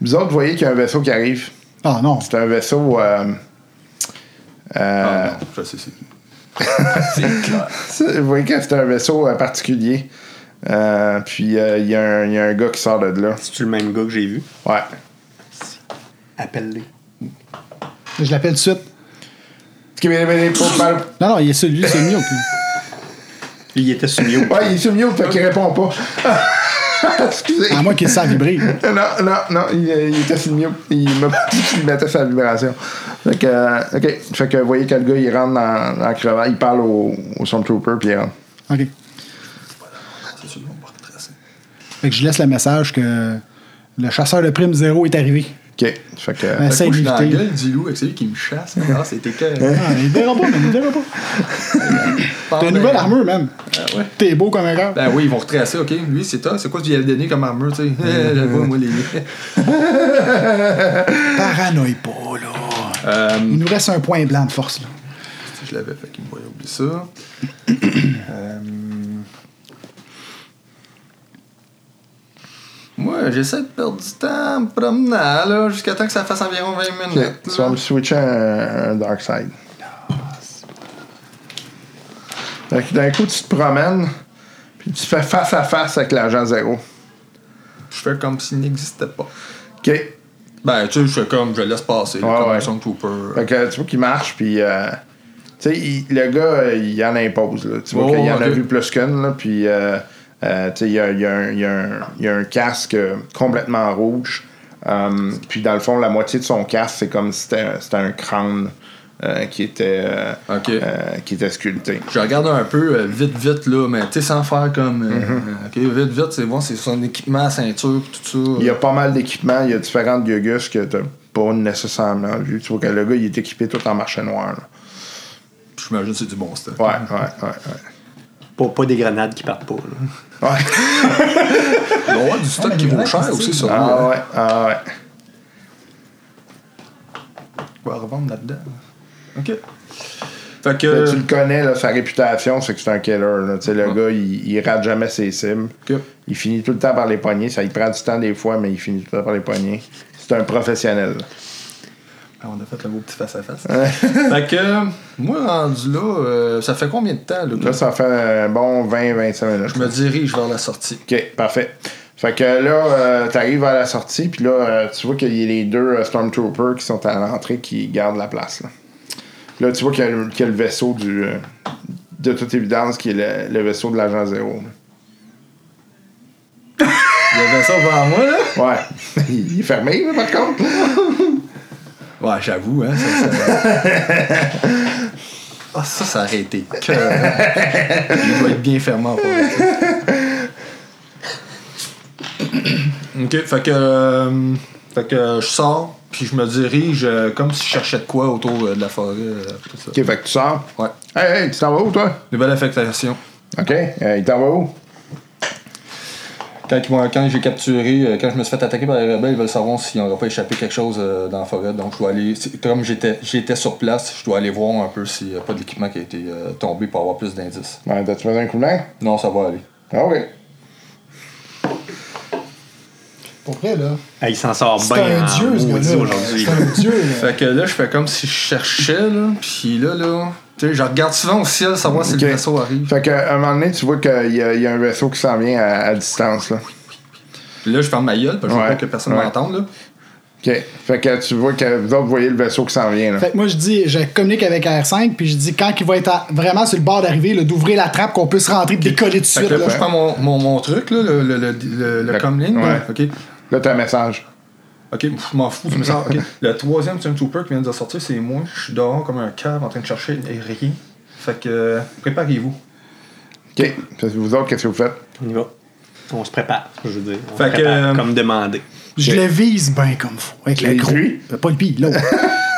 S2: Vous autres, voyez qu'il y a un vaisseau qui arrive.
S4: Ah non.
S2: C'est un vaisseau... euh, euh,
S6: Ah non, je sais c'est qui. c'est clair.
S2: Ça, Vous voyez que c'est un vaisseau euh, particulier. Euh, puis euh, il y, a un- il y a un gars qui sort de là.
S5: C'est-tu le même gars que j'ai vu?
S2: Ouais.
S5: Appelle-les.
S4: Je l'appelle tout de suite.
S2: Ouais,
S4: Non, non, il est celui, c'est mieux.
S5: Il était sur Mio.
S2: il est sur mute, fait qu'il répond pas. Excusez.
S4: À moins qu'il se sente vibrer.
S2: Non, non, non, il, il était sur mute. Il m'a pas dit qu'il mettait sa vibration. Fait que, euh, OK. Fait que vous voyez que le gars, il rentre dans, dans la crevasse, il parle au, au Stormtrooper, puis il rentre.
S4: OK.
S6: C'est sûr, on va retracer.
S4: Fait que je laisse le message que le chasseur de prime zéro est arrivé.
S2: OK. Fait que...
S4: Ben,
S6: Fait que moi, je suis dans la
S4: d'éviter.
S6: gueule du loup, avec celui qui me chasse. Ah, c'était que.
S4: Ah, il verra pas, mais il verra pas. T'as une nouvelle armure, même.
S6: Ah, ben. ouais.
S4: T'es beau comme un gars.
S6: Ben oui, ils vont retracer, ok. Lui, c'est toi. C'est quoi que tu lui avais donné comme armure, tu sais? Eh, Je vois, moi, les.
S4: Paranoïe pas, là. Il nous reste un point blanc de force, là.
S6: Je l'avais fait qu'il me voyait oublier ça. Euh, Moi, j'essaie de perdre du temps en me promenant, là, jusqu'à temps que ça fasse environ 20 minutes.
S2: Ok, tu vas me switcher un, un Dark Side. Fait que d'un coup, tu te promènes, puis tu fais face à face avec l'agent zéro.
S6: Je fais comme s'il n'existait pas.
S2: OK.
S6: Ben, tu sais, je fais comme, je laisse passer, là,
S2: Ouais,
S6: comme
S2: ouais.
S6: un Stormtrooper.
S2: Fait que tu vois qu'il marche, puis. euh, tu sais, il- le gars, euh, il en impose. Là. Tu vois
S6: Oh,
S2: qu'il en a
S6: ok.
S2: vu plus qu'une, là, puis. euh, euh, tu sais, il y a, il y a un- il y a un- il y a un casque euh, complètement rouge. Um, puis dans le fond, la moitié de son casque, c'est comme si c'était c'était un crâne euh, qui, était, euh,
S6: Ok.
S2: euh, qui était sculpté.
S6: Je regarde un peu euh, vite, vite, là, mais tu sais, sans faire comme. euh,
S2: Mhm.
S6: Ok, vite, vite, c'est bon, c'est son équipement, ceinture, pis tout ça.
S2: Il y a pas mal d'équipements, il y a différents Gugus que t'as pas nécessairement vu. Tu vois que le gars, il est équipé tout en marché noir. là.
S6: Puis J'imagine que c'est du bon stuff.
S2: Ouais, ouais, ouais,
S5: Pas, pas des grenades qui partent pas. Là.
S2: ouais. ouais.
S6: Ah, Il doit y avoir du stock
S4: mais
S6: qui vaut
S4: vraiment,
S6: cher
S4: c'est
S6: aussi,
S4: ça.
S6: ça.
S2: Ah ouais, ah ouais.
S6: On va revendre là-dedans. Ok. Fait que.
S2: Ben, Tu le connais, là, sa réputation, c'est que c'est un killer. là. Tu sais, Le gars, il, il rate jamais ses cibles.
S6: Ok.
S2: Il finit tout le temps par les poignets. Ça il prend du temps des fois, mais il finit tout le temps par les poignets. C'est un professionnel.
S6: Ah, on a fait le beau petit face-à-face. fait que, euh, moi, rendu là, euh, ça fait combien de temps là, que
S2: Là, ça fait un bon 20-25 minutes.
S6: je me dirige vers la sortie?
S2: OK, parfait. Fait que là, euh, t'arrives à la sortie, puis là, euh, tu vois qu'il y a les deux euh, Stormtroopers qui sont à l'entrée qui gardent la place. Là, Là, tu vois qu'il y, a le- qu'il y a le vaisseau du. euh, de toute évidence, qui est le, le vaisseau de l'agent zéro.
S6: Il y avait ça devant moi, là?
S2: là. Ouais. il est fermé, là, par contre.
S6: Ouais, j'avoue, hein. Ça, ça... Ah, ça, ça aurait été que. Il doit être bien fermé en vrai. Ok, fait que. euh, fait que euh, je sors, puis je me dirige euh, comme si je cherchais de quoi autour euh, de la forêt. euh, tout ça.
S2: OK, fait que tu sors.
S6: Ouais.
S2: Hey, hey, tu t'en vas où, toi?
S6: Nouvelle affectation.
S2: OK. Euh, il t'en va où?
S6: Quand, ils m'ont- quand j'ai capturé, euh, quand je me suis fait attaquer par les rebelles, ils veulent savoir s'il n'aura pas échappé quelque chose euh, dans la forêt. Donc, je dois aller. c'est- Comme j'étais j'étais sur place, je dois aller voir un peu s'il n'y a pas d'équipement qui a été euh, tombé pour avoir plus d'indices.
S2: Ouais, t'as-tu besoin d'un coup de main?
S6: Non, ça va aller.
S2: Ah oui.
S4: Pour vrai, là.
S5: Ah, il s'en sort
S4: C'est
S5: bien.
S4: un
S5: en
S4: dieu, ce
S5: maudit
S4: gars-là.
S5: aujourd'hui.
S4: C'est un dieu, là.
S6: Fait que là, je fais comme si je cherchais, là. Puis là, là. Tu sais, je regarde souvent au ciel savoir si
S2: OK.
S6: le vaisseau arrive.
S2: Fait qu'à un moment donné, tu vois qu'il y, a- il y a un vaisseau qui s'en vient à, à distance, là.
S6: Puis là, je ferme ma gueule, parce que je
S2: Ouais.
S6: veux pas que personne
S2: Ouais.
S6: m'entende, là.
S2: OK. Fait que tu vois que vous autres voyez le vaisseau qui s'en vient, là.
S4: Fait que moi, je dis, je communique avec R5, puis je dis, quand il va être à- vraiment sur le bord d'arrivée, là, d'ouvrir la trappe, qu'on peut se rentrer, décoller tout de
S6: Fait
S4: suite.
S6: que là,
S4: là.
S6: je prends mon, mon, mon truc, là, le, le, le, le, le
S2: Le-
S6: comlink, là.
S2: ouais.
S6: OK.
S2: Là, t'as un message.
S6: Ok, je m'en fous, tu me sens. ok. Le troisième Stormtrooper qui vient de sortir, c'est moi. Je suis dehors comme un cave en train de chercher et rien. Fait que, euh, préparez-vous.
S2: OK. Fait que vous autres, qu'est-ce que vous faites?
S5: On y va. On se prépare, je veux dire. On
S6: Fait
S5: se
S6: que,
S5: prépare,
S6: euh,
S5: comme demandé.
S4: Je le vise bien comme faut. Avec le
S2: Et
S4: gros.
S2: lui?
S4: Euh, Pas le pire, l'autre.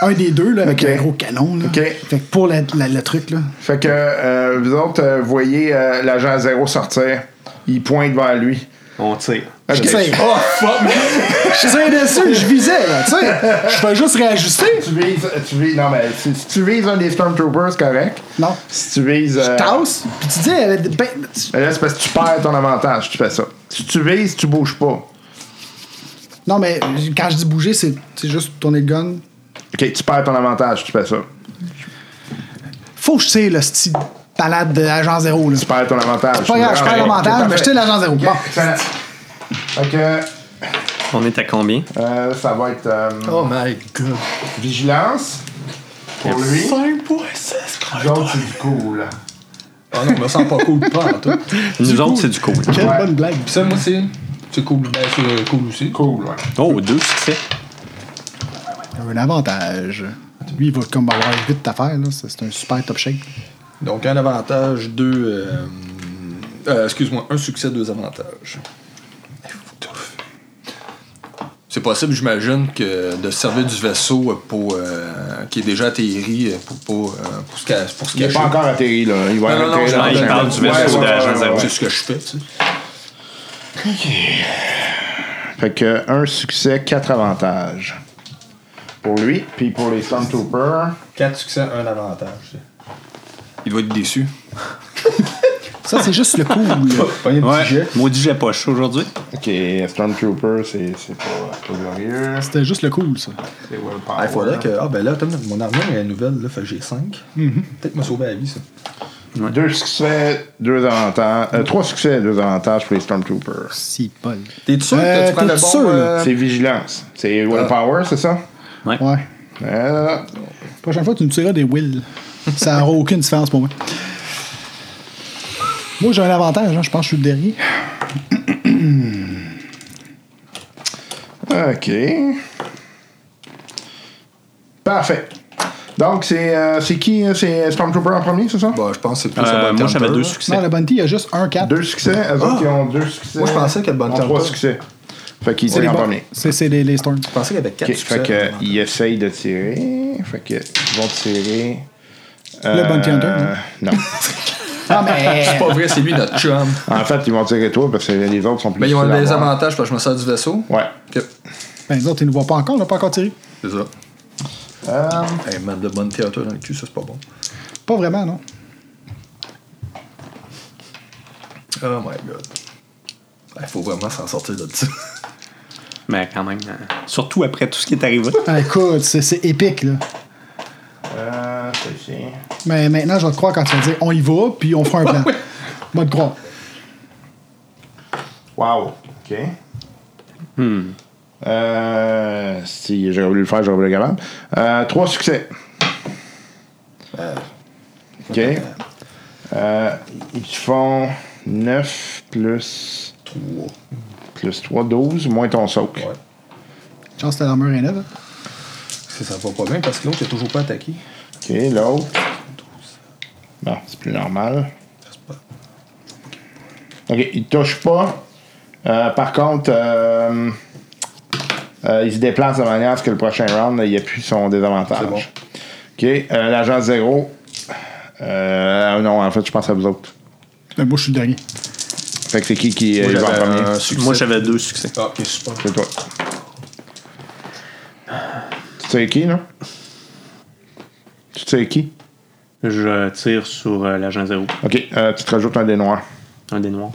S4: un des deux, là, avec
S2: Ok.
S4: un gros canon, là.
S2: Ok.
S4: Fait que pour la- la- le truc, là.
S2: Fait que euh, vous autres, euh, voyez euh, l'agent zéro sortir. Il pointe vers lui.
S5: On tire.
S2: OK.
S4: J'essaie.
S6: Oh fuck!
S4: J'essaie dessus, je visais, là, tu sais. Je fais juste réajuster.
S2: Tu vises, euh, tu vises- non, mais si, si tu vises un des Stormtroopers, c'est correct.
S4: Non.
S2: Si tu vises. euh,
S4: Tasse, puis tu dis, elle a- ben, tu-
S2: là, c'est parce que tu perds ton avantage, tu fais ça. Si tu vises, tu bouges pas.
S4: non, mais quand je dis bouger, c'est c'est juste tourner le gun.
S2: OK, tu perds ton avantage, tu fais ça.
S4: Faut que je tire, le style palade de agent zéro, là.
S2: Tu perds ton avantage.
S4: Pas grave, je perds le mental, mais je tire l'agent zéro. Bon.
S2: Fait que
S5: On est à combien?
S2: euh, ça va être euh,
S6: Oh my god!
S2: vigilance pour lui.
S6: 5.6
S2: Les autres, c'est du cool.
S6: Ah non, me sens pas cool pas en tout.
S5: Nous autres, c'est du cool.
S4: Quelle
S2: Ouais.
S4: bonne blague.
S6: Ça, moi, c'est. C'est cool. Ben, c'est euh, cool aussi.
S2: Cool, ouais.
S5: Oh, deux succès.
S4: Un avantage. Lui, il va comme avoir vite d'affaires, là. Ça, C'est un super top shape.
S6: Donc, un avantage, deux. euh, euh, Excuse-moi, un succès, deux avantages. Eh, C'est possible, j'imagine, que de se servir du vaisseau pour, euh, qui est déjà atterri euh, pour, pour, euh, pour se ca- pour se
S2: Il n'est
S6: cacher.
S2: pas encore atterri, là. Il va
S6: Non, non, non,
S2: atterrir
S6: je
S2: dans
S5: parle-
S2: le
S5: il parle du
S2: champ.
S5: vaisseau
S2: Ouais, ouais,
S5: d'agent
S2: ouais,
S5: zéro.
S2: ouais.
S6: C'est ce que je fais, tu sais.
S2: Fait que un succès, quatre avantages. Pour lui, puis pour les Stormtroopers.
S6: Quatre succès, un avantage. Il doit être déçu.
S4: Ça, c'est juste le cool. là.
S6: Pas un petit
S7: Ouais,
S6: jet.
S7: maudit j'ai pas chaud aujourd'hui.
S2: Ok, Stormtrooper, c'est c'est pas, pas glorieux.
S4: C'était juste le cool, ça.
S6: Ah, il faudrait que. Ah, ben là, attends, mon armure est nouvelle, là, fait que j'ai 5. Peut-être me sauver la vie, ça.
S2: Deux succès, deux avantages. euh, trois succès, deux avantages pour les Stormtroopers.
S4: Si, Paul.
S6: T'es sûr
S4: Euh,
S6: que tu prends le
S4: t'es
S6: bon.
S4: sûr,
S6: euh, Ah.
S2: C'est vigilance. C'est willpower, c'est ça?
S4: Ouais.
S2: Euh,
S4: Prochaine fois, tu me tireras des wills. Ça n'aura aucune différence pour moi. Moi, j'ai un avantage. hein. Je pense que je suis le dernier.
S2: OK. Parfait. Donc, c'est euh, c'est qui? euh, C'est Stormtrooper en premier, c'est ça?
S6: Bah, je pense que c'est plus
S7: Euh,
S6: un bon
S7: moi, j'avais
S6: counter,
S7: deux
S6: là.
S7: succès.
S4: Non, le bounty, il y a juste un 4.
S2: Deux succès. Eux autres, ils ont deux succès.
S6: Ah! Moi, je pensais que le bon
S2: Ils ont
S6: temps
S2: trois
S6: pas.
S2: succès. Fait qu'ils
S4: C'est les
S2: tirent en
S4: bons.
S2: premier.
S4: C'est c'est les, les Storms.
S6: Je pensais qu'il y avait 4
S2: OK.
S6: succès.
S2: Fait qu'ils essayent de tirer. Fait qu'ils vont tirer...
S4: Le Bounty Hunter,
S2: Euh, Non.
S4: Ah, mais.
S6: C'est pas vrai, c'est lui notre chum.
S2: en fait, ils vont tirer toi parce que les autres sont plus...
S6: Mais Ben, ils ont
S2: faciles à
S6: des
S2: avoir.
S6: avantages parce que je me sers du vaisseau.
S2: Ouais.
S6: Ok,
S4: Ben, les autres, ils ne nous voient pas encore. On n'a pas encore tiré.
S6: c'est ça.
S2: Euh,
S6: Hey, man, de bonne théâtre dans le cul, ça, c'est pas bon.
S4: Pas vraiment, non.
S6: Oh my god. Il faut vraiment s'en sortir de ça.
S5: Mais quand même, euh,
S7: Surtout après tout ce qui est arrivé.
S4: Ah, écoute, c'est c'est épique, là.
S2: euh, c'est ici.
S4: Mais maintenant, je vais te croire quand tu vas dire on y va, puis on fera un plan. Moi, te croire.
S2: Wow. OK.
S6: Hmm.
S2: Euh, si j'aurais voulu le faire, j'aurais voulu le capable. Euh, trois succès. Euh, OK. Euh, ils font 9 plus,
S6: Trois.
S2: plus 3, 12, moins ton soak.
S6: Ouais.
S4: Chance, c'était l'armure est neuve. hein.
S6: Parce que ça va pas bien parce que l'autre est toujours pas attaqué.
S2: OK, l'autre. Bon, c'est plus normal.
S6: J'espère.
S2: OK, il touche pas. Euh, par contre, euh, euh, il se déplace de manière à ce que le prochain round, il n'y a plus son désavantage.
S6: C'est bon.
S2: OK, euh, l'agent zéro. Euh, non, en fait, je pense à vous autres.
S4: Ben, moi, je suis le dernier.
S2: Fait que c'est qui qui euh, il
S6: ben, Moi,
S2: va en
S6: j'avais
S2: premier?
S6: un succès.
S7: Moi, j'avais deux succès.
S6: Ah, ok, super.
S2: C'est toi. Tu sais qui, non? Tu sais qui?
S5: je tire sur euh, l'agent zéro,
S2: OK, euh, tu te rajoutes un des noirs.
S5: un des noirs.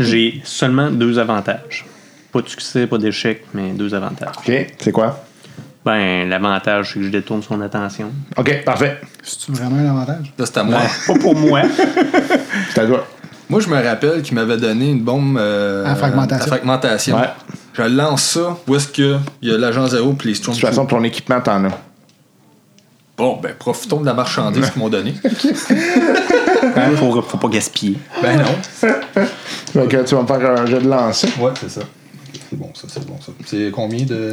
S5: J'ai seulement deux avantages. Pas de succès, pas d'échec, mais deux avantages.
S2: OK, c'est quoi?
S5: Ben, l'avantage, c'est que je détourne son attention.
S2: OK, parfait.
S4: C'est-tu vraiment un avantage?
S6: Là, c'est à moi.
S7: Pas pour moi.
S2: C'est à toi.
S6: Moi, je me rappelle qu'il m'avait donné une bombe euh,
S4: À fragmentation.
S6: à fragmentation.
S2: Ouais.
S6: Je lance ça. Où est-ce que il y a l'agent zéro puis les
S2: De toute façon,
S6: Stormtroopers?
S2: ton équipement, t'en as.
S6: Bon, ben, profitons de la marchandise qu'ils m'ont donnée.
S7: faut, faut pas gaspiller.
S6: ben non.
S2: Fait que tu vas me faire un jeu de lancer.
S6: Ouais, c'est ça. Ok, C'est bon, ça, c'est bon, ça. C'est combien de.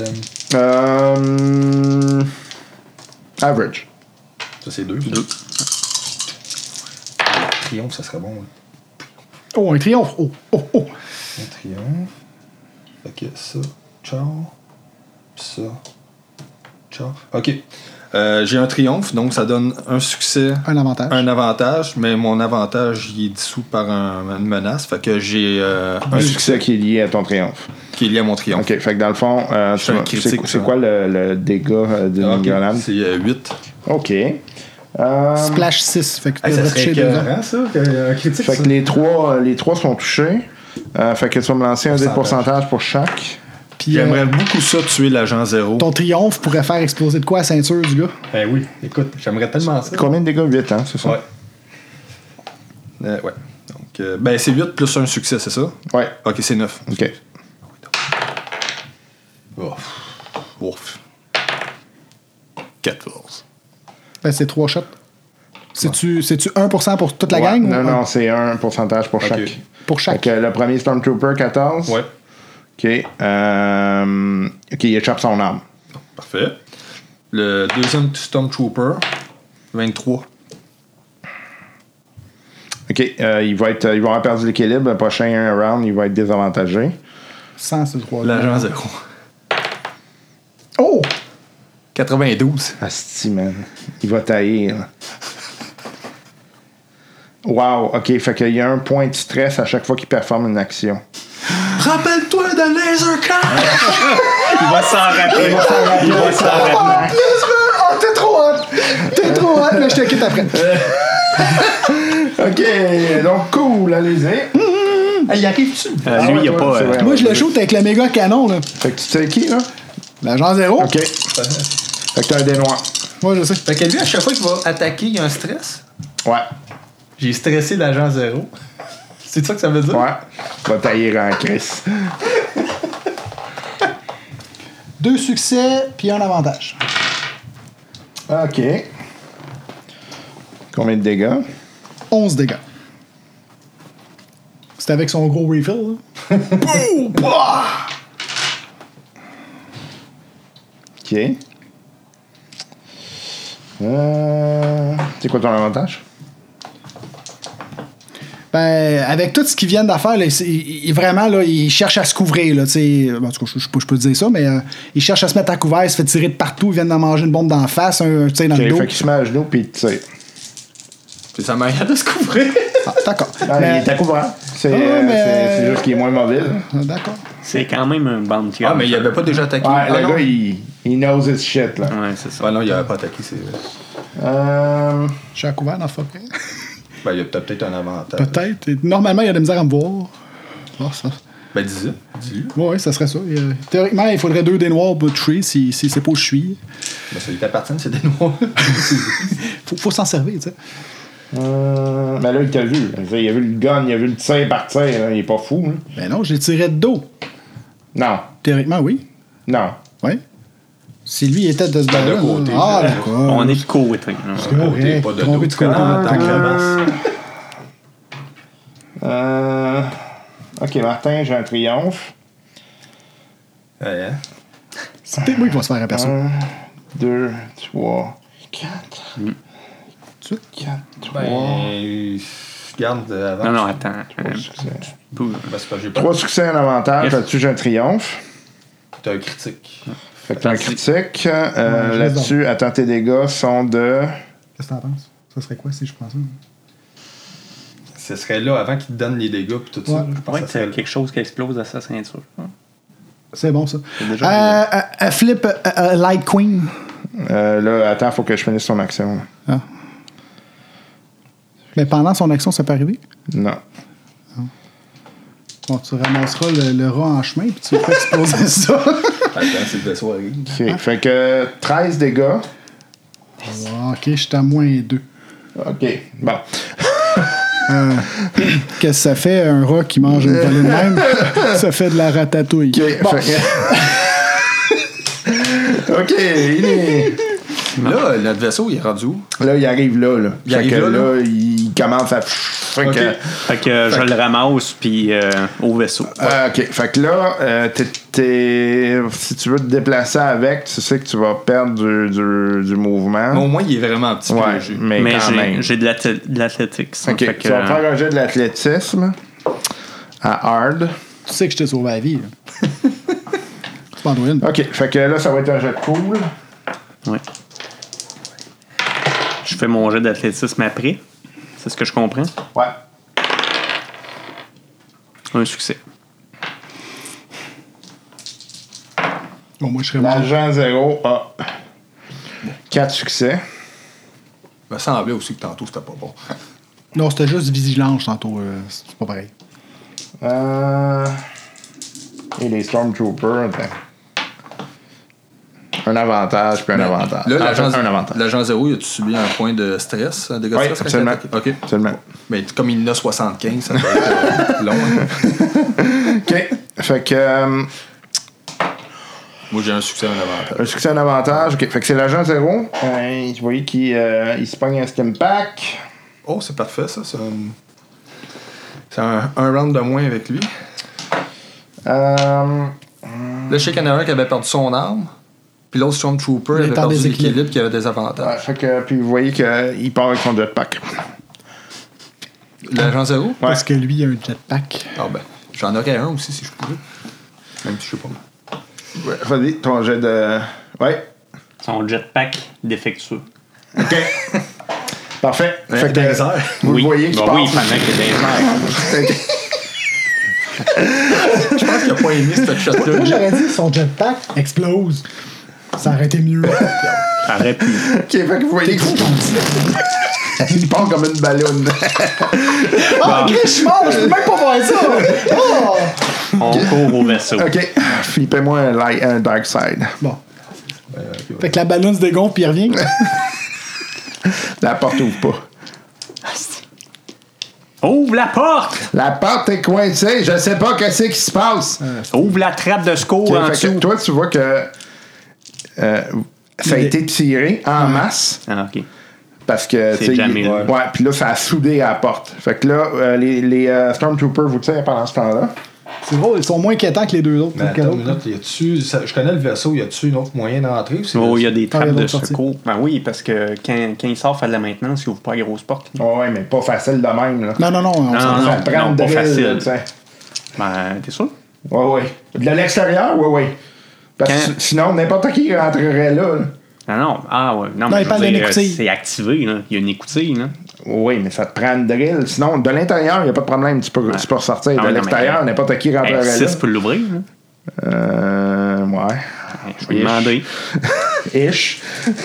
S2: Euh, average.
S6: Ça, c'est deux. ça.
S5: Deux.
S6: Un triomphe, ça serait bon. là.
S4: Oh, un triomphe! Oh, oh, oh!
S6: Un triomphe. Fait que ça, ciao. Puis ça, ciao. Ok. Euh, J'ai un triomphe, donc ça donne un succès,
S4: Un avantage.
S6: un avantage, mais mon avantage il est dissous par un- une menace. Fait que j'ai euh,
S2: Un
S6: un succès
S2: succès qui est lié à ton triomphe.
S6: qui est lié à mon triomphe.
S2: OK, fait que dans le fond, euh,
S6: Je fais
S2: tu-
S6: un critique
S2: c'est-
S6: ou
S2: c'est
S6: ça.
S2: quoi le, le dégât euh, d'une
S6: Ah, ok.
S2: engueulade?
S6: C'est 8.
S2: OK. Euh,
S4: Splash 6. Fait que tu
S6: ça
S4: devrais
S6: serait
S4: toucher deux ans.
S6: écœurant, ça, qu'un critique.
S2: fait que les trois, euh, les trois sont touchés. Euh, fait que tu vas me lancer un dé de pourcentage pour chaque.
S4: Puis euh,
S6: J'aimerais beaucoup ça tuer l'agent zéro.
S4: ton triomphe pourrait faire exploser de quoi la ceinture du gars?
S6: Ben oui, écoute, j'aimerais tellement ça.
S2: Combien de dégâts? 8, hein, c'est ça?
S6: Ouais. Euh, ouais. Donc, euh, ben c'est 8 plus un succès, c'est ça?
S2: Ouais.
S6: Ok, c'est 9.
S2: OK.
S6: Ouf. Ouf. 14.
S4: Ben, c'est trois shots. C'est-tu c'est-tu 1% pour toute la
S2: Ouais.
S4: gang? ou
S2: Non,
S4: un-
S2: non, c'est un pourcentage pour
S6: OK.
S2: chaque.
S4: Pour
S2: Fait
S4: chaque.
S2: que le premier Stormtrooper, 14.
S6: Ouais.
S2: OK. Euh, OK, il échappe son arme.
S6: Parfait. Le deuxième Stormtrooper, 23.
S2: OK, euh, il va être, ils vont avoir perdu l'équilibre. Le prochain round, il va être désavantagé.
S4: 100, c'est trois.
S6: L'agent zéro.
S4: Oh!
S6: 92.
S2: Asti, man. Il va tailler. là. Wow, OK, fait qu'il y a un point de stress à chaque fois qu'il performe une action.
S6: Rappelle-toi de Laser Cut!
S7: Il va s'en rappeler. Il va s'en rappeler.
S2: Oh, t'es trop hot! T'es trop
S4: trop hâte, là, je te quitte après.
S2: OK, donc cool, allez-y. Ah,
S4: Il arrive-tu?
S7: Euh, lui, il n'y a pas. euh,
S4: Moi, je le shoot avec le méga canon, là.
S2: Fait que tu sais qui, là?
S4: L'agent zéro.
S2: OK. Fait que t'as un dé noir.
S4: Moi, je sais.
S8: Fait que lui, à chaque fois qu'il va attaquer, il y a un stress.
S2: Ouais.
S8: J'ai stressé l'agent zéro. C'est ça que ça veut dire?
S2: Ouais. Va tailler en crise.
S4: Deux succès, puis un avantage.
S2: OK. Combien de dégâts?
S4: 11 dégâts. C'est avec son gros refill, là.
S2: OK. Euh, c'est quoi ton avantage?
S4: Ben, avec tout ce qu'ils viennent d'affaire, là, c'est- il- il- vraiment, là, ils cherchent à se couvrir. Là, tu sais. Bon, en tout cas, je, je, peux- je peux te dire ça, mais euh, ils cherchent à se mettre à couvert, ils se fait tirer de partout, ils viennent d'en manger une bombe d'en face, un, tu sais, dans
S2: OK,
S4: le dos.
S2: fait qu'il se met à genoux, puis tu sais.
S6: C'est sa manière de se couvrir.
S4: Ah, d'accord.
S2: Ah,
S4: Mais-
S2: Il est à couvert. C'est
S4: Ouais,
S2: euh,
S4: mais-
S2: c'est- c'est juste qu'il est moins mobile.
S4: Ah, D'accord.
S7: C'est quand même un bounty.
S6: Ah, mais il avait pas déjà attaqué.
S2: Ouais,
S6: Ah,
S2: le
S6: non.
S2: gars, il, il knows his shit, là.
S7: Ouais, c'est ça.
S6: Ouais, non, il avait pas attaqué. C'est...
S2: Euh,
S4: Je suis à couvert dans la forêt.
S6: Ben, il a peut-être peut-être un avantage.
S4: Peut-être. Et Normalement, il y a de la misère à me voir. Ah, ça...
S6: Ben, dis-le. Dis-le.
S4: Oui, ça serait ça. Et, euh, théoriquement, il faudrait deux dés noirs pour tuer si, si c'est pas où je suis.
S6: Ben, ça lui appartient, c'est des noirs.
S4: Faut, faut s'en servir, tu sais.
S2: euh, mais là, il t'a vu. Je veux dire, Il a vu le gun, il a vu le tir partir. là. Il est pas fou. là.
S4: Ben non, j'ai tiré de dos.
S2: Non.
S4: Théoriquement, oui.
S2: Non.
S4: Oui. Si lui était de ce bord-là. là.
S6: côté,
S4: Ah,
S6: de-
S4: d'accord.
S7: On est de côté. là.
S4: Correct.
S6: pas de
S4: Trompé
S6: dos.
S4: de côté.
S6: Ah, tant que la masse.
S2: Euh, ok, Martin, j'ai un triomphe.
S6: Ouais, hein.
S4: C'est peut-être moi qui va se faire apercevoir.
S2: 2, 3, 4.
S4: Mm. Tu-
S2: 4, 3.
S8: euh,
S6: Ben, regarde euh, avant.
S7: Non, non, attends. Euh, bou-
S6: Ben, c'est pas j'ai pas.
S2: 3 succès, un avantage.
S7: Yes.
S2: Là-dessus, j'ai un triomphe.
S6: T'as un critique.
S2: Fait que t'as un critique. Euh,
S4: Ouais, je
S2: Là-dessus, attends, tes dégâts sont de.
S4: Qu'est-ce que t'en penses? Ça serait quoi si je prends ça?
S6: Ce serait là avant qu'il te donne les dégâts puis tout ça.
S4: Ouais.
S6: Je pense
S7: Ouais,
S6: que ça
S7: c'est
S6: serait-
S7: quelque chose qui explose à sa ceinture.
S2: Ah.
S4: C'est bon, ça.
S7: déjà
S4: Euh, euh, euh, flip euh, euh, Light Queen.
S2: Euh, là, attends, faut que je finisse ton action. là.
S4: Ah. Mais pendant son action, ça peut arriver.
S2: Non.
S4: Bon, tu ramasseras le, le rat en chemin, puis tu vas exploser ça.
S6: Attends, c'est de la soirée.
S2: Ok, fait que 13 dégâts.
S4: Ah, ok, je suis à moins 2.
S2: Ok, bon.
S4: Qu'est-ce que ça fait, un rat qui mange une volée de même? ça fait de la ratatouille.
S2: Ok,
S4: Bon.
S2: fait que- ok, il est-
S6: Là, euh, notre vaisseau, il est rendu où
S2: Là, il arrive là. là.
S6: Il
S2: Fait
S6: arrive
S2: que
S6: là, là?
S2: il commence à. Fait
S6: Ok.
S2: que.
S7: Fait que euh, je le ramasse, puis euh, au vaisseau.
S2: Ah, ok, fait que là, euh, t'es- t'es- si tu veux te déplacer avec, tu sais que tu vas perdre du, du- du mouvement.
S6: Mais au moins, il est vraiment petit peu
S2: ouais,
S6: léger.
S2: mais,
S7: Mais
S2: quand
S7: j'ai-
S2: même.
S7: j'ai de l'athé- de l'athlétique. ça.
S2: Ok,
S7: Fait que,
S2: tu vas
S7: euh,
S2: faire un jet de l'athlétisme à hard.
S4: Tu sais que je t'ai sauvé la vie. là. tu m'en dois une.
S2: Ok, fait que là, ça va être un jet de pool.
S7: ouais. Je fais mon jet d'athlétisme après. C'est ce que je comprends.
S2: Ouais.
S7: Un succès.
S4: Bon, moi, je serais mort.
S2: L'agent 0 a 4 succès.
S6: Il me semblait aussi que tantôt, c'était pas bon.
S4: Non, c'était juste vigilance tantôt. euh, c'est pas pareil.
S2: Euh, Et les Stormtroopers. attends. Un avantage, puis un avantage.
S6: Là,
S2: En
S6: l'agent,
S7: Ah,
S2: fait, un avantage.
S6: l'agent zéro, il a-tu subi un point de stress, un dégât
S2: Oui,
S6: de stress? quand il a
S2: absolument.
S6: attaqué? OK.
S2: Absolument.
S6: Mais comme il en a 75, ça peut être euh, long. hein.
S2: OK. Fait que. euh,
S6: Moi, j'ai un succès, un avantage.
S2: un succès, un avantage. OK. Fait que c'est l'agent zéro. Euh, vous voyez qu'il euh, il se pogne un stem pack.
S6: Oh, c'est parfait, ça. C'est un, c'est un, un round de moins avec lui.
S2: Euh,
S6: Là, je sais qu'il y en a un qui avait perdu son arme. Puis l'autre Stormtrooper
S4: Il
S6: avait
S4: est en
S6: perdu
S4: déséquilibre.
S6: l'équilibre qui avait des avantages.
S2: ouais, ah, fait que. Puis vous voyez qu'il part avec son jetpack.
S6: L'agent zéro?
S4: Parce que lui, il a un jetpack.
S6: Ah ben, j'en aurais un aussi si je pouvais. Même si je sais pas.
S2: Ouais, Vas-y, ton jet de. Ouais.
S7: Son jetpack défectueux.
S2: OK. Parfait. Fait
S6: dans les
S2: que,
S6: airs.
S2: vous le voyez qu'il
S7: Bah
S2: part.
S7: oui, pendant que des airs.
S6: Je pense qu'il a pas aimé cette shot-là.
S4: Moi, j'aurais dit son jetpack explose. Ça aurait été mieux.
S7: Aurait pu.
S2: Ok, fait que vous voyez que- Il part comme une ballonne.
S4: Ah, Chris, je suis mort, je peux même pas voir ça! Oh!
S7: On court au vaisseau.
S2: ok, flippez-moi un, light- un dark side.
S4: Bon. Fait que la ballonne se dégonfle puis il revient.
S2: La porte ouvre pas.
S7: Ouvre la porte!
S2: La porte est coincée, je sais pas qu'est-ce qui se passe.
S7: Ouvre la trappe de secours
S2: Ok,
S7: en
S2: fait que
S7: dessous.
S2: toi, tu vois que euh, ça a
S4: Il est-
S2: été tiré en masse
S7: Ah, ok.
S2: parce que. tu sais,
S7: jamais
S2: il-
S7: là.
S2: Ouais, puis là, ça a soudé à la porte. Fait que là, euh, les, les, euh, Stormtroopers vous tirent pendant ce temps-là.
S4: C'est drôle, ils sont moins inquiétants que les deux autres.
S6: Mais
S4: que
S6: Ben, attends
S4: l'autre.
S6: une minute, y a-tu. ça- Je connais le vaisseau, y a-tu un autre moyen d'entrer ou c'est.
S7: Oh, il y a
S4: Ah, il
S7: des
S4: y a
S7: trappes de
S4: d'autres sorties.
S7: secours. Ben oui, parce que quand, quand il sort faire de la maintenance, il ouvre pas la grosse porte.
S2: Ouais, mais pas facile de même. Là.
S4: Non, non, non. on s'en-
S7: non,
S2: ça
S7: non,
S2: prend
S7: non,
S2: une
S7: pas
S2: drill,
S7: facile.
S2: là, tu sais.
S7: Ben, t'es sûr?
S2: Ouais, ouais. De l'extérieur, ouais, ouais. Parce que
S7: Quand-
S2: si- sinon, n'importe qui rentrerait là. là.
S7: Ah non, ah ouais. Non,
S4: il
S7: mais je veux
S4: parle d'une
S7: dire, euh,
S4: écoutille.
S7: c'est activé, là. Il y a une écoutille, là.
S2: Oui, mais ça te prend une drill. Sinon, de l'intérieur, il n'y a pas de problème. Tu peux, tu peux ressortir.
S7: Ah
S2: de
S7: ouais, non,
S2: l'extérieur,
S7: mais-
S2: n'importe qui rentrerait Ah, ben, là.
S7: R6 peut l'ouvrir, là.
S2: Euh, ouais.
S7: Ben, Je vais lui demander.
S2: Ish.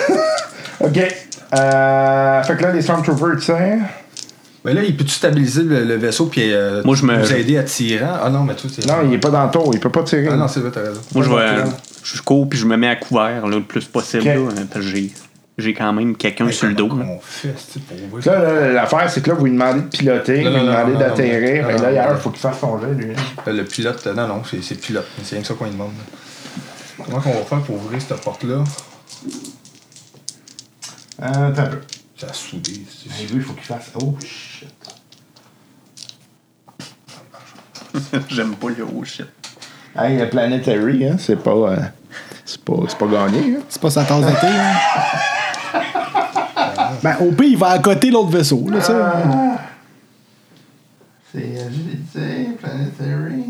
S2: OK. Euh, fait que là, les Stormtroopers tirent.
S6: Mais là, il peut-tu stabiliser le, le vaisseau puis euh,
S7: Moi, je me-
S6: nous aider à tirer Ah non, mais toi, t'es.
S2: Non, il est pas dans le tour. Il peut pas tirer.
S6: Ah non, c'est vrai, t'as raison.
S7: Moi, je
S2: Ouais,
S7: vais.
S2: ouais.
S7: Je cours puis je me mets à couvert, là, le plus possible,
S2: Ok.
S7: là, hein, parce que j'ai. J'ai quand même quelqu'un sur le dos. hein. là.
S6: On fait, c'est pour ouvrir.
S2: Là, là, l'affaire, c'est que là, vous lui demandez de piloter,
S6: Non,
S2: vous lui
S6: non, non,
S2: demandez
S6: non, non,
S2: d'atterrir.
S6: non,
S2: Et
S6: non,
S2: là,
S6: non,
S2: hier,
S6: non.
S2: il faut qu'il fasse son jet, lui.
S6: Euh, Le pilote, euh, non, non, c'est c'est le pilote. mais C'est rien que ça qu'on lui demande. Comment qu'on va faire pour ouvrir cette porte-là?
S2: Euh, t'as un peu.
S6: Ça a soudé. c'est-
S2: J'ai vu, il faut qu'il fasse. Oh, shit.
S7: J'aime pas le haut shit.
S2: Hey, le Planetary, hein, c'est pas. euh, c'est pas, c'est pas gagné. Hein.
S4: C'est pas sa tasse de thé. Hein. ben, au pire, il va à côté l'autre vaisseau. Là, tu sais.
S2: C'est agilité, Planetary.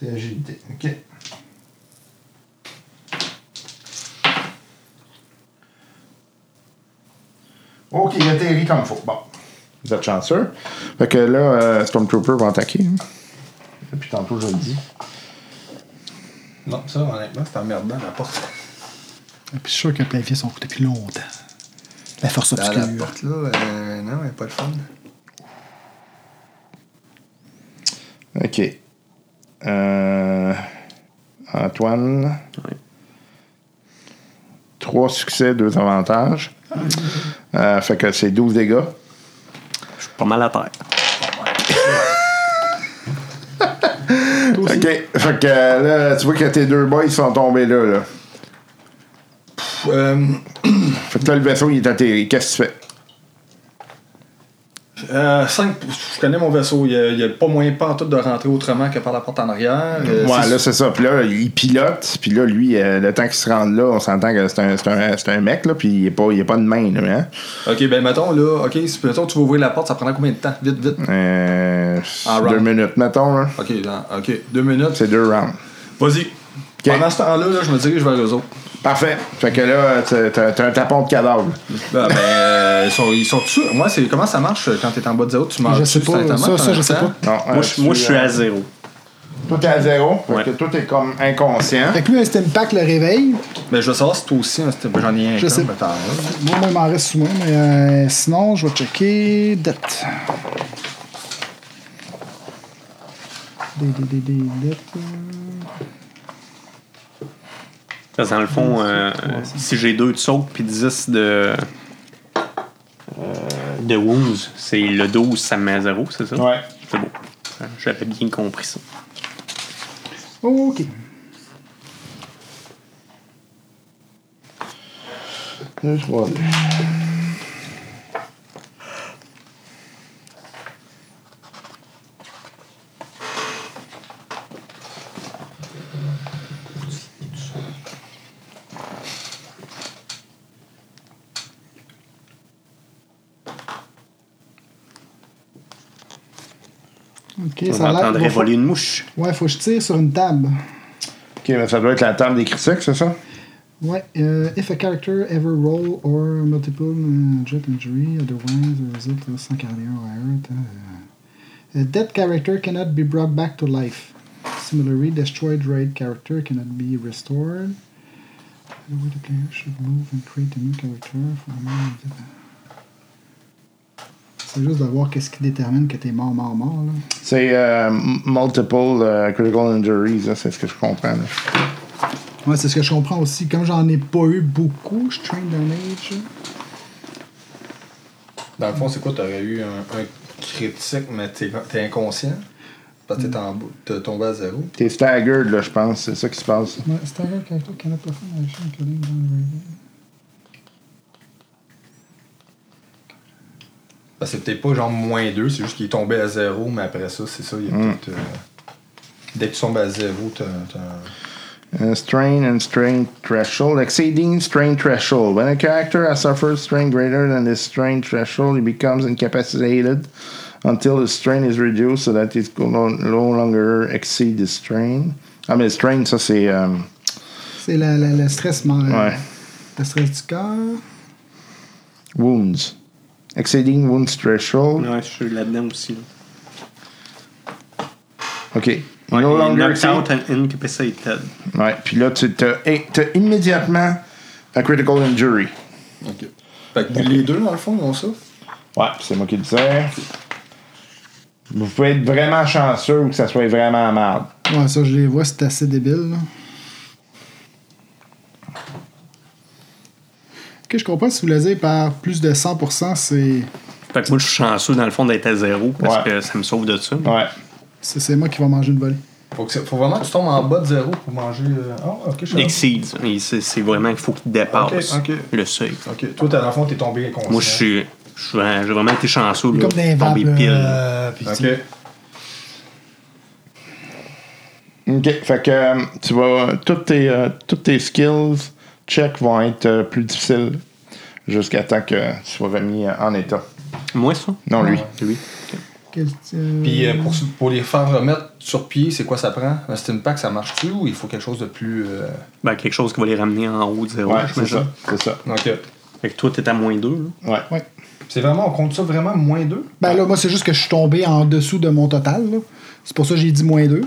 S2: C'est agilité, ok. Ok, il atterrit comme il faut. Bon. Vous êtes chanceux. Fait que là, euh, Stormtrooper va attaquer. hein. Et puis tantôt, je le dis.
S6: Non, ça, honnêtement, c'est emmerdant, la porte.
S4: Puis je suis sûr que plein fils ont coûté plus longtemps. La force
S6: Dans la
S4: obscure.
S6: porte, là, euh, non, elle est pas de fun.
S2: OK. Euh, Antoine. Trois succès, deux avantages. Euh, fait que c'est 12 dégâts.
S7: Je suis pas mal à terre.
S2: OK. Fait que euh, là, tu vois que tes deux boys sont tombés là. là.
S6: Pff, euh,
S2: Fait que là, le vaisseau, il est atterri. Qu'est-ce que tu fais?
S6: euh, cinq- je connais mon vaisseau. Il n'y a, pas moyen pas en tout de rentrer autrement que par la porte en arrière. Euh,
S2: ouais,
S6: c'est-
S2: là, c'est ça. Puis là, il pilote. Puis là, lui, euh, le temps qu'il se rende là, on s'entend que c'est un, c'est un, c'est un mec, là. Puis il n'y a, pas- il a pas de main, là. Hein?
S6: Ok, ben mettons, là, ok, si mettons, tu vas ouvrir la porte, ça prendra combien de temps Vite, vite.
S2: Euh,
S6: Ah,
S2: deux
S6: round.
S2: minutes, mettons, là.
S6: Ok, dans- ok, deux minutes.
S2: C'est deux rounds.
S6: Vas-y. Pendant ce temps-là, là, je me dirige vers eux autres.
S2: Parfait. Fait que là, t'as- t'as t'as un tapon de cadavre.
S6: Là, ben, euh, ils sont, ils sont dessus. Moi, c'est comment ça marche euh, quand t'es en bas de zéro, tu manges
S4: Je sais pas, ça, ça, je sais pas.
S2: Non, euh,
S7: moi, je,
S2: tu-
S7: moi, je suis
S2: euh,
S7: à zéro.
S2: Toi, t'es à zéro. Fait
S7: Ouais.
S2: que toi, t'es comme inconscient.
S4: Fait que lui, un stem pack le réveille.
S6: Mais Ben, je veux savoir si toi aussi, hein, c'était- j'en ai un.
S4: Je
S6: comme,
S4: sais.
S6: mais t'en as.
S4: Moi, moi, il m'en reste sous moi, mais euh, sinon, je vais checker. Dette. Des, des, des, des, dette.
S7: Parce que dans le fond, euh, si j'ai 2 de saut puis 10 de. euh, de wounds, c'est le 12, ça me met à 0, c'est ça?
S2: Ouais.
S7: C'est beau. Euh, J'avais bien compris ça.
S4: Ok.
S2: Deux, trois, deux.
S4: Ok,
S7: On
S4: ça a
S7: entendrait
S4: l'air. faut-
S7: voler une mouche.
S4: Ouais, faut que je tire sur une table.
S2: Ok, mais ça doit être la table des critiques, c'est ça?
S4: Ouais, euh, if a character ever roll or multiple uh, jet injury, otherwise the result is euh, 141 or higher. Uh, a dead character cannot be brought back to life. Similarly, destroyed raid character cannot be restored. The way the player should move and create a new character for the moment. C'est juste de voir qu'est-ce qui détermine que t'es mort, mort, mort. Là.
S2: C'est euh, m- multiple euh, critical injuries, là, c'est ce que je comprends. là.
S4: Ouais, c'est ce que je comprends aussi. Comme j'en ai pas eu beaucoup, je train damage. là.
S6: Dans le fond, c'est quoi T'aurais eu un, un critique, mais t'es t'es inconscient Parce que t'es en bas- t'es tombé à zéro.
S2: T'es staggered, là, je pense. C'est ça qui se passe.
S4: Ouais, stagger character cannot perform an action including down raid.
S6: Parce que c'est peut-être pas genre moins 2, c'est juste qu'il est tombé à zéro, mais après ça, c'est ça, il y a
S7: Hmm.
S6: peut-être. euh, dès que tu tombes à zéro, t'as. t'as-
S2: Uh, strain and strain threshold. Exceeding strain threshold. When a character has suffered strain greater than the strain threshold, he becomes incapacitated until the strain is reduced so that it will no, no longer exceed the strain. Ah, mais strain, ça c'est. euh,
S4: C'est le, le- le stress mort.
S2: ouais.
S4: Le stress du cœur.
S2: Wounds. Exceeding wounds threshold.
S7: Ouais, je suis là-dedans aussi. là.
S2: OK.
S7: Ouais,
S2: no
S7: et
S2: longer
S7: knocked
S2: exceed-
S7: out and incapacitated.
S2: Ouais, puis là, tu t'as hey, t'as immédiatement un critical injury.
S6: Ok. Fait que les deux, dans le fond, ils ont ça.
S2: Ouais, c'est moi qui le disais. Vous pouvez être vraiment chanceux ou que ça soit vraiment mal.
S4: Ouais, ça, je les vois, c'est assez débile. là. Ce que je comprends, si vous voulez dire par plus de 100%, c'est,
S7: Fait que moi, je suis chanceux dans le fond d'être à zéro parce
S2: Ouais.
S7: que ça me sauve de ça.
S2: Ouais.
S4: c'est, c'est moi qui vais manger une volée.
S6: Faut, que c'est- faut vraiment que tu tombes en bas de zéro pour manger. euh, Ah, ok, je suis là.
S7: Exceed. Et C'est c'est vraiment qu'il faut qu'il dépasse
S6: Ok, ok.
S7: le seuil.
S6: Ok, toi, t'as- dans le fond, t'es tombé inconscient.
S7: Moi, je suis. je suis vraiment- J'ai vraiment été chanceux. là,
S4: comme dans les
S7: tombé
S4: vagues,
S7: pile.
S6: Ok.
S2: Ok, fait que euh, tu vas. Toutes tes, euh, toutes tes skills, check vont être euh, plus difficiles jusqu'à temps que tu sois remis euh, en état.
S7: Moi, ça
S2: Non, lui.
S7: Lui.
S4: Qu'est-ce que-
S6: Puis euh, pour, pour les faire remettre sur pied, c'est quoi ça prend Un Steam Pack, ça marche-tu ou il faut quelque chose de plus. euh,
S7: Ben, quelque chose qui va les ramener en haut de zéro.
S2: Ouais, c'est
S7: j'imagine.
S2: ça. C'est ça.
S6: Ok.
S7: Fait que toi, t'es à moins 2.
S2: Ouais.
S6: C'est vraiment, on compte ça vraiment moins deux
S4: Ben là, moi, c'est juste que je suis tombé en dessous de mon total. là. C'est pour ça que j'ai dit moins 2.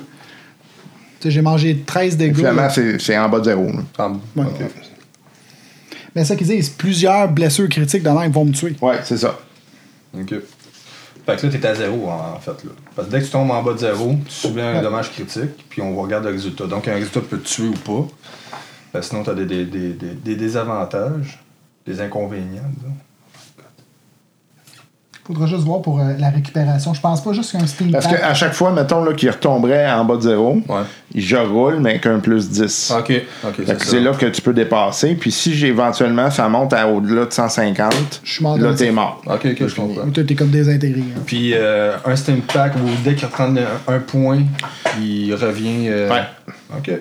S4: J'ai mangé 13 dégâts.
S2: Finalement,
S4: là.
S2: c'est hein? c'est en bas de zéro. là.
S6: Ah,
S4: Ouais.
S6: ok.
S4: Mais c'est ça qu'ils disent, plusieurs blessures critiques de même vont me tuer.
S2: Ouais, c'est ça.
S6: Ok. Fait que là, t'es à zéro en, en fait. Là. Parce que dès que tu tombes en bas de zéro, tu subis un dommage critique, puis on regarde le résultat. Donc un résultat peut te tuer ou pas. Ben, sinon, t'as des, des, des, des, des désavantages, des inconvénients, disons.
S4: Faudra juste voir pour euh, la récupération. Je pense pas juste qu'un steam
S2: Parce
S4: pack.
S2: qu'à chaque fois, mettons là, qu'il retomberait en bas de zéro,
S6: Ouais.
S2: je roule, mais qu'un plus 10.
S6: Ok, ok,
S2: Fait que c'est là que tu peux dépasser. Puis si j'ai- éventuellement ça monte à au-delà de 150,
S4: Je suis mort
S2: là
S4: dans-
S2: t'es mort.
S6: Ok, ok, je comprends.
S4: Ou T'es t'es comme désintégré. hein.
S6: Puis euh, un Steam Pack où dès qu'il reprend le- un point, il revient. euh,
S2: Ouais.
S6: Ok.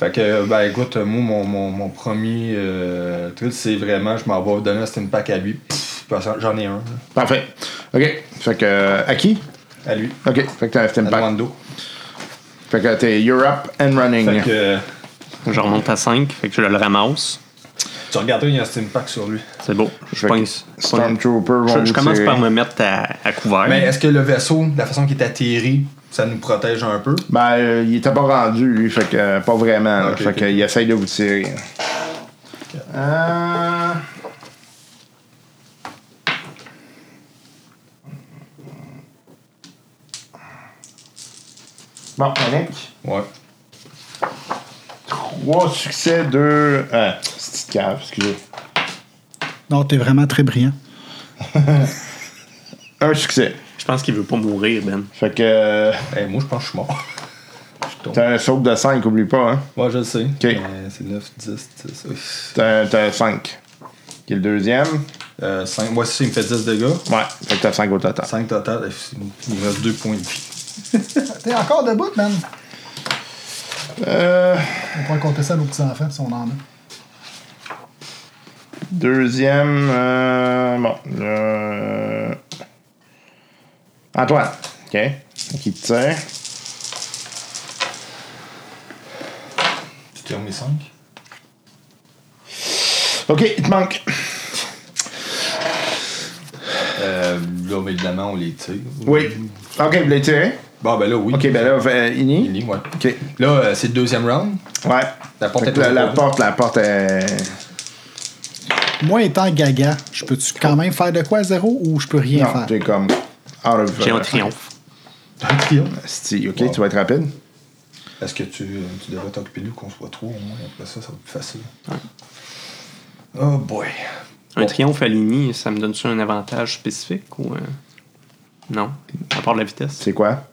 S6: Fait que, euh, ben écoute, moi, mon, mon, mon premier euh, truc, c'est vraiment, je m'en vais donner un Steam Pack à lui. Pff, parce que J'en ai un, là.
S2: Parfait. OK. Fait que euh, à qui?
S6: à lui,
S2: OK. Fait que t'as un steam
S6: à
S2: pack.
S6: Wando.
S2: Fait que t'es Europe and running.
S6: Fait que, euh,
S7: Je remonte à 5. Fait que je le ramasse.
S6: tu regardes, il y a un Steam Pack sur lui.
S7: C'est beau. Je
S2: Fait que
S7: pense. je pense-
S2: Stormtrooper vont
S7: Je,
S2: vous
S7: je commence
S2: tirer.
S7: par me mettre à, à couvert.
S6: Mais est-ce que le vaisseau, la façon qu'il est atterri, ça nous protège un peu?
S2: Ben, euh, il était pas rendu, lui. Fait que euh, pas vraiment. là.
S6: OK,
S2: fait
S6: OK.
S2: qu'il essaye de vous tirer. Euh, Bon, Alec.
S6: Ouais.
S2: Trois succès, deux. Ah, c'est petite cave, excusez.
S4: Non, t'es vraiment très brillant.
S2: Un succès.
S7: Je pense qu'il veut pas mourir, Ben.
S2: Fait que euh,
S6: Eh, moi, je pense que je suis mort. Je tombe.
S2: t'as un saut de 5, oublie pas, hein.
S6: Ouais, je le sais.
S2: Ok.
S6: Mais c'est 9, 10, 10. oui.
S2: T'as un- t'as un 5. Qui est le deuxième.
S6: Euh, 5. Moi, si il me fait 10 dégâts.
S2: Ouais, fait que t'as 5 au total.
S6: 5 total, il me reste 2 points de vie.
S4: T'es encore debout, man.
S2: Euh,
S4: On pourrait compter ça à nos petits-enfants si on en a.
S2: deuxième. euh, bon. euh, Antoine. OK. Qui te tire.
S6: Tu tires mes 5?
S2: OK, il te manque.
S6: Euh, là, évidemment, on les tire.
S2: Oui. OK, vous l'avez tiré.
S6: Bon, ben là, oui.
S2: Ok, ben là, fait, Ini.
S6: Ini, ouais.
S2: Ok.
S6: Là, euh, c'est le deuxième round.
S2: Ouais.
S6: La porte
S2: Fait que
S6: est
S2: la, la
S6: ouverte.
S2: porte, la porte est.
S4: Moi étant gaga, je peux-tu quand même faire de quoi à zéro ou je peux rien
S2: Non,
S4: faire?
S2: t'es comme. Out of.
S7: J'ai un
S2: euh,
S7: triomphe.
S6: Un triomphe.
S2: Asti, ok, tu vas être rapide.
S6: Est-ce que tu, euh, tu devrais t'occuper de lui qu'on soit trois au moins? Après ça, ça va être plus facile. Oh boy.
S7: Un triomphe à l'ini, ça me donne-tu un avantage spécifique ou. euh, Non, à part la vitesse.
S2: C'est quoi?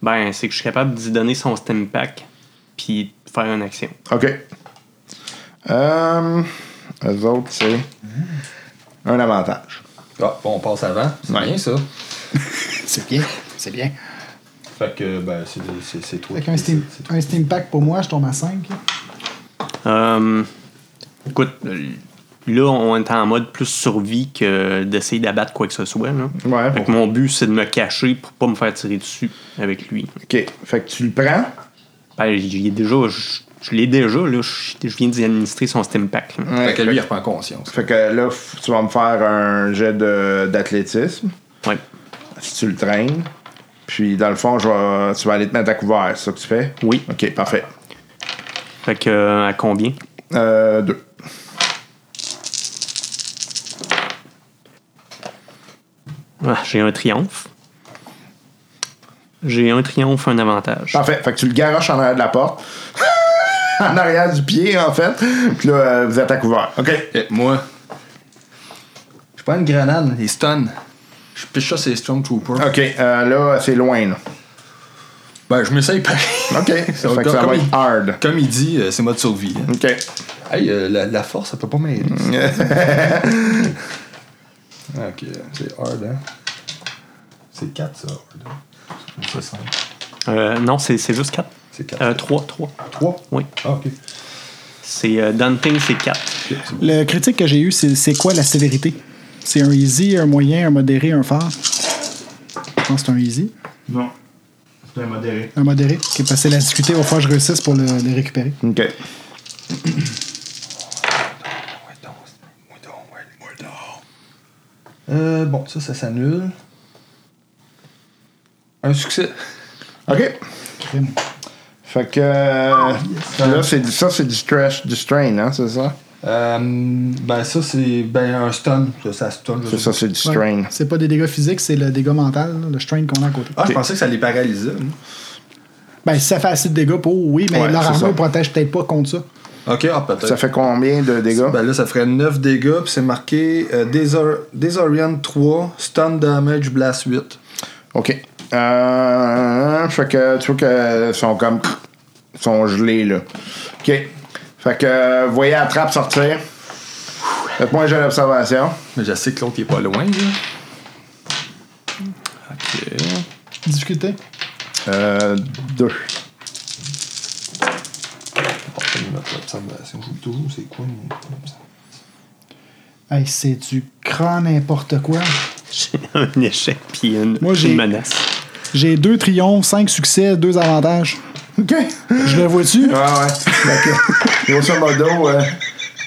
S7: Ben, c'est que je suis capable d'y donner son stem pack, puis faire une action.
S2: Ok. Euh. Eux autres, c'est. Un avantage.
S6: Ah, bon, on passe avant. C'est
S2: Ouais.
S6: bien ça.
S4: C'est bien, c'est bien.
S6: Fait que, ben, c'est- c'est c'est toi.
S4: Fait
S6: qui
S4: qu'un steam,
S6: décides, c'est toi.
S4: un steam pack pour moi, je tombe à 5.
S7: Euh, écoute, euh, là, on est en mode plus survie que d'essayer d'abattre quoi que ce soit. Là.
S2: Ouais.
S7: Fait que mon but, c'est de me cacher pour pas me faire tirer dessus avec lui.
S2: Ok. Fait que tu le prends.
S7: Ben, j'y ai déjà, je, je l'ai déjà, là, je, je viens d'y administrer son stem pack. là.
S2: Ouais,
S6: Fait que lui, il reprend conscience.
S2: Fait que là, f- tu vas me faire un jet de- d'athlétisme.
S7: Ouais.
S2: Si tu le traînes. Puis, dans le fond, je vais- tu vas aller te mettre à couvert. C'est ça que tu fais?
S7: Oui.
S2: Ok, parfait.
S7: Fait que, euh, à combien?
S2: Euh, deux.
S7: Ah, j'ai un triomphe. J'ai un triomphe, un avantage.
S2: Parfait. Fait que tu le garoches en arrière de la porte. en arrière du pied, en fait. Puis là, euh, vous êtes à couvert. OK.
S9: Eh, moi,
S6: Je prends une grenade, il stun.
S9: je piche ça, c'est Stormtrooper.
S2: OK. euh, là, c'est loin, là.
S9: Ben, je m'essaye pas.
S2: OK. fait
S9: va-
S2: que ça
S9: comme
S2: va être
S9: il-
S2: hard.
S9: Comme il dit, euh, c'est mode survie. hein.
S2: OK.
S6: Hey, euh, la, la force, ça peut pas m'aider. Ah, ok, c'est hard, hein? C'est 4, ça, hard. hein. C'est 5.
S7: Euh, non, c'est c'est juste Euh, 4.
S6: C'est 4.
S7: 3, 3.
S6: 3?
S7: Oui.
S6: Ah, ok.
S7: C'est euh, Dunting, c'est 4.
S4: Le critique que j'ai eu, c'est c'est quoi la sévérité? C'est un easy, un moyen, un modéré, un fort. Je pense que c'est un easy.
S6: Non. C'est un modéré.
S4: Un modéré. qui est passé la discuter, il va falloir que je réussisse pour le, le récupérer.
S2: OK.
S6: Ouais, donc, ouais, donc, ouais, ouais, donc. Euh, bon, ça, ça s'annule. Un succès.
S2: OK.
S4: Crime.
S2: Fait que. euh, Là, c'est du- ça, c'est du stress, du strain, hein, c'est ça?
S6: Euh, ben, ça, c'est ben, un stun. Ça, ça stun. je
S2: C'est
S6: sais
S2: ça,
S6: pas.
S2: c'est du
S4: Ouais.
S2: strain.
S4: C'est pas des dégâts physiques, c'est le dégât mental, là, le strain qu'on a à côté.
S6: Ah, je pensais que ça hein. les paralysait. moi.
S4: Ben, si ça fait assez de dégâts pour oui, mais
S2: Ouais,
S4: leur
S2: c'est ça.
S4: armure protège peut-être pas contre ça.
S6: Ok, ah, peut-être.
S2: Ça fait combien de dégâts?
S6: Ben là, ça ferait 9 dégâts, puis c'est marqué euh, Désor- Désorient 3, Stun Damage Blast 8.
S2: OK. Euh, fait que tu vois que sont comme. sont gelés, là. OK. Fait que euh, vous voyez la trappe sortir. Faites-moi un jeu d'observation.
S6: Mais je sais que l'autre, il est pas loin, là.
S4: Difficulté.
S2: Euh, deux.
S6: Observation, joue toujours, c'est quoi
S4: Hey, c'est du grand n'importe quoi.
S7: J'ai un échec, puis une,
S4: Moi, j'ai-
S7: une menace.
S4: J'ai deux triomphes, cinq succès, deux avantages.
S2: OK.
S4: Je le vois-tu?
S2: Ah ouais. Fait que, grosso modo, euh,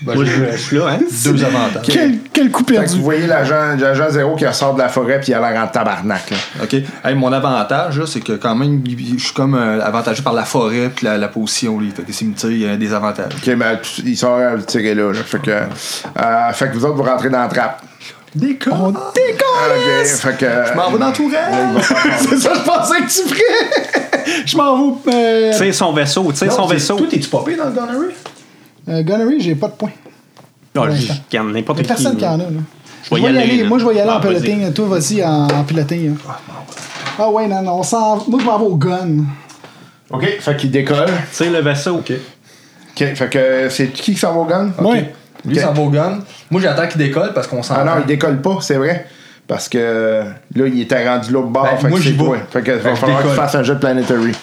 S7: Moi, je, je suis là, hein?
S6: Deux avantages.
S4: Quel, quel coup
S2: fait que
S4: perdu!
S2: vous voyez l'agent l'agent zéro qui ressort de la forêt puis il a l'air en tabarnak. Là.
S6: Ok. Hey, mon avantage, là, c'est que quand même, il- je suis comme euh, avantagé par la forêt puis la, la position. Là. Fait que s'il me tire, il y a des avantages.
S2: OK, ben, tu- il sort à le tirer là. là. Fait, que, euh, fait que vous autres, vous rentrez dans la trappe. Ah,
S6: Des
S4: On
S2: OK.
S4: décolle!
S2: Fait que.
S6: Je m'en vais dans
S2: Il
S6: l'entourage!
S2: va faire-
S4: C'est ça, je pensais que tu ferais! je m'en vais. euh,
S7: Tire son vaisseau, tire son vaisseau.
S6: Toi, t'es-tu popé dans le gunnery?
S4: euh, Gunnery, j'ai pas de points.
S7: Ah,
S4: Ouais,
S7: je-
S4: ça.
S7: il y en a n'importe
S4: Y'a
S7: qui.
S4: personne qui en a, là.
S7: vais y aller, là.
S4: moi, je vais y aller
S7: Ah,
S4: en piloting. Toi, vas-y, en, en piloting. là. Ah, ouais, non, non, on s'en. Moi, je m'en vais au gun.
S2: OK. Fait qu'il décolle.
S7: Tire le vaisseau.
S2: OK. Fait que c'est qui qui s'en va au gun?
S4: Moi,
S6: Lui, il s'en va au gun. Moi, j'attends qu'il décolle parce qu'on s'en
S2: Ah non,
S6: va.
S2: il décolle pas, c'est vrai. Parce que là, il était rendu l'autre bord.
S6: Ben,
S2: fait
S6: moi,
S2: que c'est
S6: j'y vais.
S2: toi. Fait que
S6: Ben,
S2: va
S6: je
S2: falloir que tu
S6: décolle.
S2: fasses un jeu de planetary.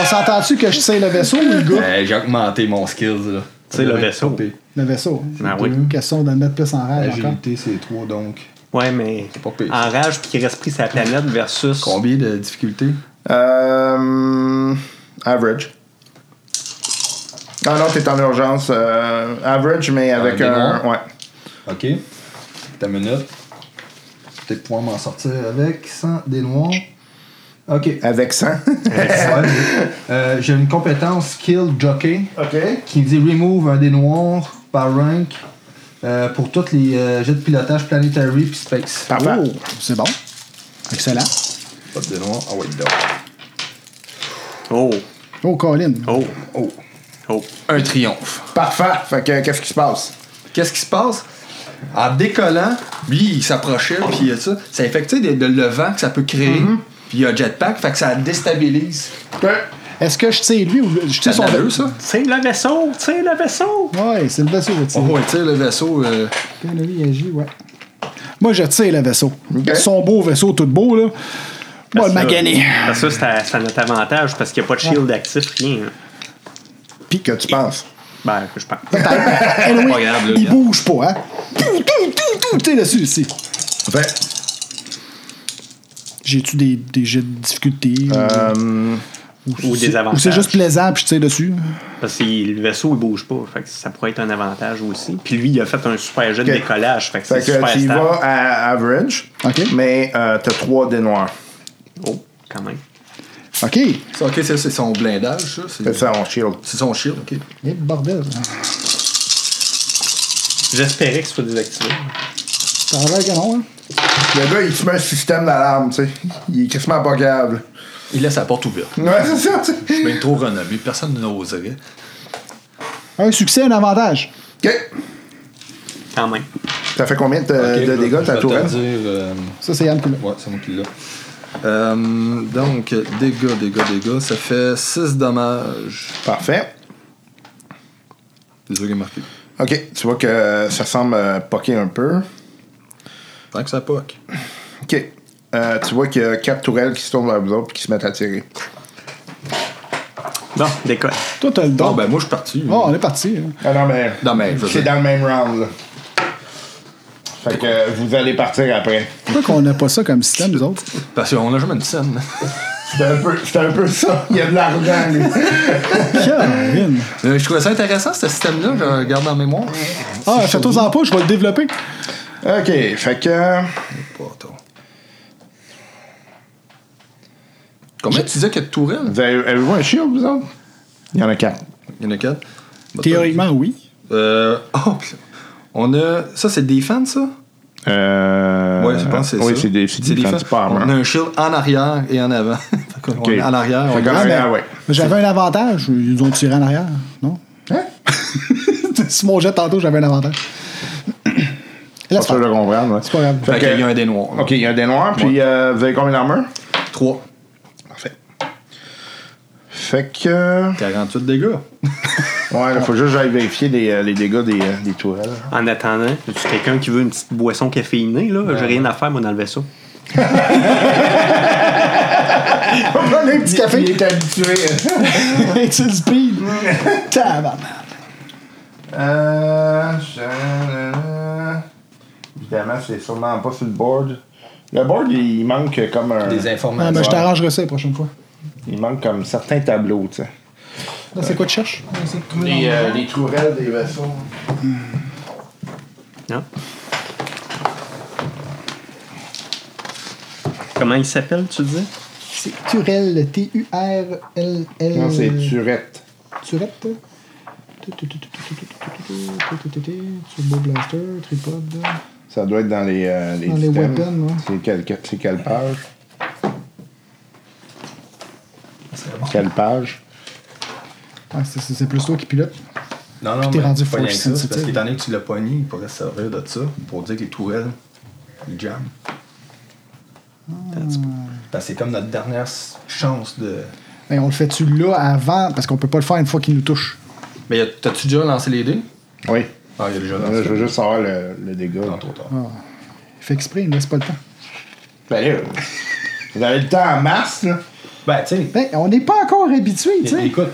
S4: on s'entend-tu que je sais le vaisseau ou le gars?
S6: Ben, J'ai augmenté mon skills. là.
S7: Tire le
S6: Ouais,
S7: vaisseau.
S6: popé.
S4: Le vaisseau.
S7: Ah oui.
S4: Une question de mettre plus en rêve encore.
S6: Agilité, c'est 3 donc.
S7: Ouais, mais
S6: pas pire.
S7: en rage puis qui reste pris sa planète versus.
S6: Combien de difficultés
S2: Euh, average. Ah non, t'es en urgence. euh, average, mais avec
S6: Un
S2: un.
S6: démon.
S2: Ouais.
S6: Ok. Ta minute. Peut-être pouvoir m'en sortir avec sans des noirs.
S8: Ok.
S2: Avec 100.
S8: Ouais. Euh, J'ai une compétence Kill Jockey
S2: OK.
S8: qui dit Remove un des noirs par rank euh, pour tous les euh, jets de pilotage Planetary puis Space.
S2: Parfait.
S4: Oh, c'est bon. Excellent.
S8: Pas de noirs. Ah ouais,
S7: Oh,
S4: Oh, Colin.
S7: oh,
S8: Oh.
S7: oh.
S8: Un triomphe.
S2: Parfait. Fait que, qu'est-ce qui se passe?
S6: Qu'est-ce qui se passe? En décollant, lui, il s'approchait, puis il y a ça. Ça fait que, tu sais, de- de- le vent que ça peut créer.
S8: Mm-hmm.
S6: Puis il y a un jetpack, fait que ça déstabilise.
S4: Est-ce que je tire lui ou je tire
S6: C'est
S4: son
S6: son ça?
S7: C'est le vaisseau, c'est le vaisseau.
S4: Oh, Ouais, c'est le vaisseau, je tire.
S6: On va tirer le vaisseau. euh,
S4: Quand lui, il agit, ouais. Moi, je tire le vaisseau.
S2: Ok.
S4: Son beau vaisseau, tout beau, là. Moi, le
S7: Parce que-
S4: magané.
S7: Parce que ça, c'est à notre avantage parce qu'il n'y a pas de shield actif, rien. hein.
S2: Puis que tu penses.
S7: Ben, je pense.
S4: Anyway,
S6: pas grave, là,
S4: il
S6: regarde.
S4: bouge pas, hein. Tout, tout, tout, tout, tu sais, dessus, ici.
S2: Fait.
S4: J'ai-tu des, des jets de difficulté?
S2: Euh,
S7: Ou des
S4: c'est-
S7: avantages.
S4: c'est juste plaisant, puis je tire dessus.
S7: Parce que le vaisseau, il bouge pas. Fait que ça pourrait être un avantage aussi. Puis lui, il a fait un super jet de
S2: Ok.
S7: décollage. Fait que c'est
S2: fait
S7: super
S2: que tu y
S7: stable.
S2: vas à average.
S4: OK.
S2: Mais euh, t'as 3 dés noirs.
S7: Oh, quand même.
S4: OK. Eh,
S6: ça, ok, ça, c'est son blindage, ça. C'est
S2: Fais ça on shield.
S6: c'est son shield, ok.
S4: Eh, bordel.
S7: J'espérais que ce soit désactivé.
S4: Ça a l'air que non, hein.
S2: Le gars, il se met un système d'alarme, tu sais. Il est quasiment pas capable.
S6: Il laisse la porte ouverte.
S2: Ouais, c'est ça, tu sais.
S6: Mais trop renommé, personne n'oserait.
S4: Un Ah succès, un avantage.
S2: OK.
S7: Quand même.
S2: Ça fait combien
S6: Euh,
S2: de,
S8: Ok,
S2: de
S8: je-
S2: dégâts,
S8: je
S2: ta
S8: vais te
S2: tourelle?
S8: dire, euh,
S4: Ça, c'est Yann qui l'a.
S8: ouais, c'est moi qui l'ai.
S6: Euh, donc, dégâts, dégâts, dégâts, ça fait 6 dommages.
S2: Parfait.
S6: Désolé, marqué.
S2: OK. Tu vois que ça semble euh, poquer un peu.
S6: Tant que ça poque.
S2: OK. Euh, tu vois qu'il y a quatre tourelles qui se tournent vers vous autres et qui se mettent à tirer.
S7: Bon, décolle.
S4: Toi, t'as le
S6: Non,
S4: don.
S6: ben moi, je suis parti.
S4: Oh, on est parti. hein.
S2: Ah non, mais.
S6: Non, mais, je veux
S2: C'est
S6: dire-
S2: dans le même round, là. Fait que euh, vous allez partir après.
S4: Pourquoi qu'on n'a pas ça comme système, nous autres?
S6: Parce qu'on a jamais une scène.
S2: C'était un, peu- c'était un peu ça. Il y a de l'argent, lui.
S4: Caroline.
S6: Euh, je trouvais ça intéressant, ce système-là, je le garde en mémoire.
S4: Ah, château en pas, je vais le développer.
S2: OK. Fait que.
S6: Ah, Pas tôt. Combien tu disais qu'il y a de tourelles
S2: Vous avez, avez-vous un shield, vous autres? Il y en a quatre.
S6: Il y en a 4.
S4: Théoriquement, oui.
S6: Euh. Oh, putain. on a. Ça, c'est des fans, ça
S2: Euh.
S6: Ouais, je pense que c'est ça.
S2: Oui, c'est des, c'est des, hein.
S6: fans.
S2: fans par
S6: On a un shield en arrière et en avant. On est en arrière.
S2: Fait
S6: on
S2: qu'en arrière,
S6: est-
S2: Ah, ben, ouais.
S4: Mais J'avais un avantage. Ils nous ont tiré en arrière, non?
S2: Hein?
S4: si mon jet tantôt, j'avais un avantage. Là,
S2: Pas
S4: c'est
S2: sûr de
S4: pas-
S2: le comprendre, ouais.
S4: c'est pas grave.
S6: Fait qu'il y a un des noirs.
S2: OK, il y a des noirs, puis euh, vous avez combien d'armure?
S6: 3.
S2: Parfait. Fait que.
S6: 48 dégâts.
S2: Ouais, il faut juste que j'aille vérifier les, euh, les dégâts des, euh, des tourelles.
S7: En attendant, y a-tu quelqu'un qui veut une petite boisson caféinée, là? J'ai rien à faire, moi, dans le vaisseau.
S2: On va prendre un petit café. Il est habitué.
S4: It's in speed. Tabarnak.
S2: euh. je- Évidemment, c'est sûrement pas sur le board. Le board, il manque comme un.
S8: Des
S4: Ah,
S8: informations.
S4: ben, je t'arrangerai ça la prochaine fois.
S2: Il manque comme certains tableaux, tu sais.
S4: Là, c'est quoi tu cherches? On va essayer de trouver dans-
S2: les euh, tourelles des vaisseaux.
S7: Non? Comment il s'appelle, tu dis?
S4: C'est Turel, T-U-R-L-L.
S2: Non, c'est turette.
S4: Turette. Turbo Blaster, tripod.
S2: Ça doit être dans les. euh, les
S4: Dans les
S2: systèmes.
S4: weapons, ouais.
S2: C'est quel- quel- C'est quelle page Quelle page
S4: Ah, c'est- c'est c'est plus toi qui pilote.
S8: Non, non,
S4: Puis t'es
S8: mais
S4: rendu
S8: c'est pas
S4: full
S8: rien que ça, c'est parce
S4: sensitive.
S8: qu'étant donné que tu l'as pogné, il pourrait se servir de ça pour dire que les tourelles, ils jamment. Parce que c'est comme notre dernière s- chance de.
S4: Ben, on le fait-tu là avant? Parce qu'on peut pas le faire une fois qu'il nous touche.
S6: Mais y a- t'as-tu déjà lancé les dés
S2: Oui.
S8: Ah, il y a déjà
S2: Là,
S8: lancé.
S2: je veux juste savoir le, le dégât.
S8: Non, trop tard.
S6: Ah.
S4: Il fait exprès, il ne laisse pas le temps.
S2: Ben là, vous avez le temps en masse, là.
S8: Ben, tu sais,
S4: Ben, on n'est pas encore habitué, tu sais.
S8: écoute,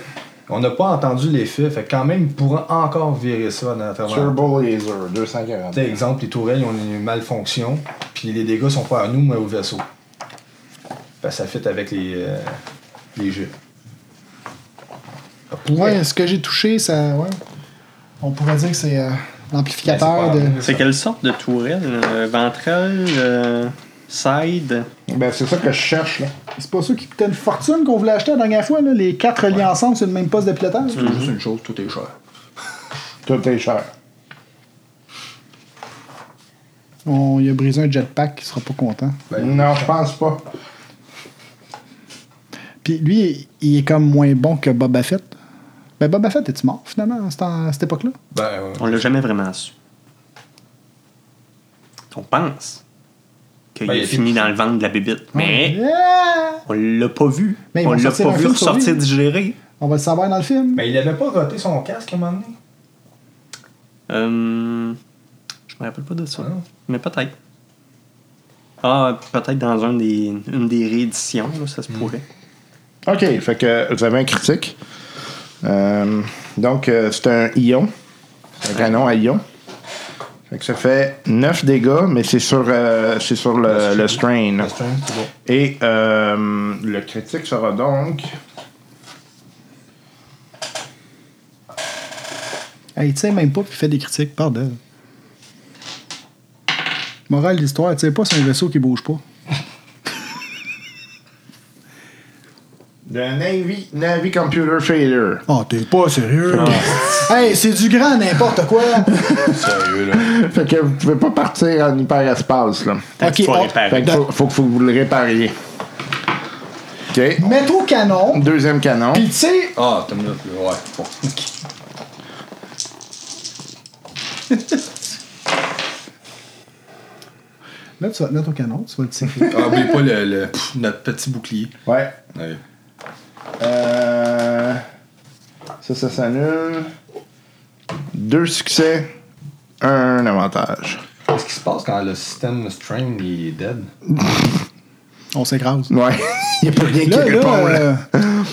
S8: on n'a pas entendu l'effet, fait que quand même, il pourra encore virer ça à l'intérieur.
S2: Turbo Laser, 240.
S8: Tu sais, exemple, les tourelles ils ont une malfonction, puis les dégâts sont pas à nous, mais au vaisseau. Ben, ça fit avec les, euh, les jeux. Ça pourrait.
S4: Ouais, ce que j'ai touché, ça. Ouais. On pourrait dire que c'est euh, l'amplificateur de.
S8: Ben,
S7: C'est quelle sorte de tourelle? Euh, ventrelle? euh, side?
S2: Ben, c'est ça que je cherche, là.
S4: C'est pas ça qui coûtait une fortune qu'on voulait acheter la dernière fois, là, les quatre reliés ensemble sur le même poste de pilotage.
S10: C'est juste une chose, tout est cher.
S2: Tout est cher.
S4: On il a brisé un jetpack, il sera pas content.
S2: non, je pense pas.
S4: Puis lui, il est comme moins bon que Boba Fett. Ben Boba Fett, est-tu mort finalement à cette, à cette époque-là?
S10: Ben, ouais.
S7: On l'a jamais vraiment su. On pense qu'il
S6: Ben, il
S7: a
S6: a
S7: fini
S6: été-
S7: dans le ventre de la bébite. Mais
S4: Yeah!
S7: on l'a pas vu.
S4: Mais ils
S7: on
S4: vont
S7: l'a
S4: sortir
S7: pas
S4: un
S7: vu
S4: film sur
S7: ressortir
S4: lui.
S7: digéré.
S4: On va le savoir dans le film.
S8: Ben,
S6: Mais il avait pas roté son casque à un moment donné.
S7: Euh, je me rappelle pas de ça.
S6: Ah non.
S7: Mais peut-être. Ah, peut-être dans un des, une des rééditions, là, ça se pourrait.
S2: OK, fait que vous avez un critique. Euh, donc, euh, c'est un ion. Un canon à ion. Fait que ça fait 9 dégâts, mais c'est sur, euh, c'est sur le, le strain.
S10: Ah,
S6: Le string, c'est bon.
S2: Et euh, le critique sera donc.
S4: Hey, il tient même pas puis il fait des critiques, pardon. Morale de l'histoire, tu sais pas, c'est un vaisseau qui bouge pas.
S2: The Navy, Navy Computer Failure.
S4: Oh, t'es pas sérieux? hey, c'est du grand n'importe quoi!
S6: Sérieux, là.
S2: Fait que vous pouvez pas partir en hyperespace, là.
S7: Peut-être qu'il faut
S4: on-
S7: réparer.
S2: Fait que faut, faut que vous le répariez. OK.
S4: Mets au canon,
S2: Deuxième canon.
S4: pis tu sais,
S10: Ah, t'as une minute, là. Ouais. Bon.
S4: là tu vas te mettre au canon, tu vas le tirer.
S10: Ah, oublie pas le, le- pff, notre petit bouclier.
S2: Ouais.
S10: Ouais.
S2: Euh, ça, ça s'annule. Deux succès, un avantage.
S6: Qu'est-ce qui se passe quand le système Strain il est dead?
S4: On s'écrase.
S2: Ouais. Il n'y a plus rien qui
S4: Là, là,
S2: répond. là.
S4: euh,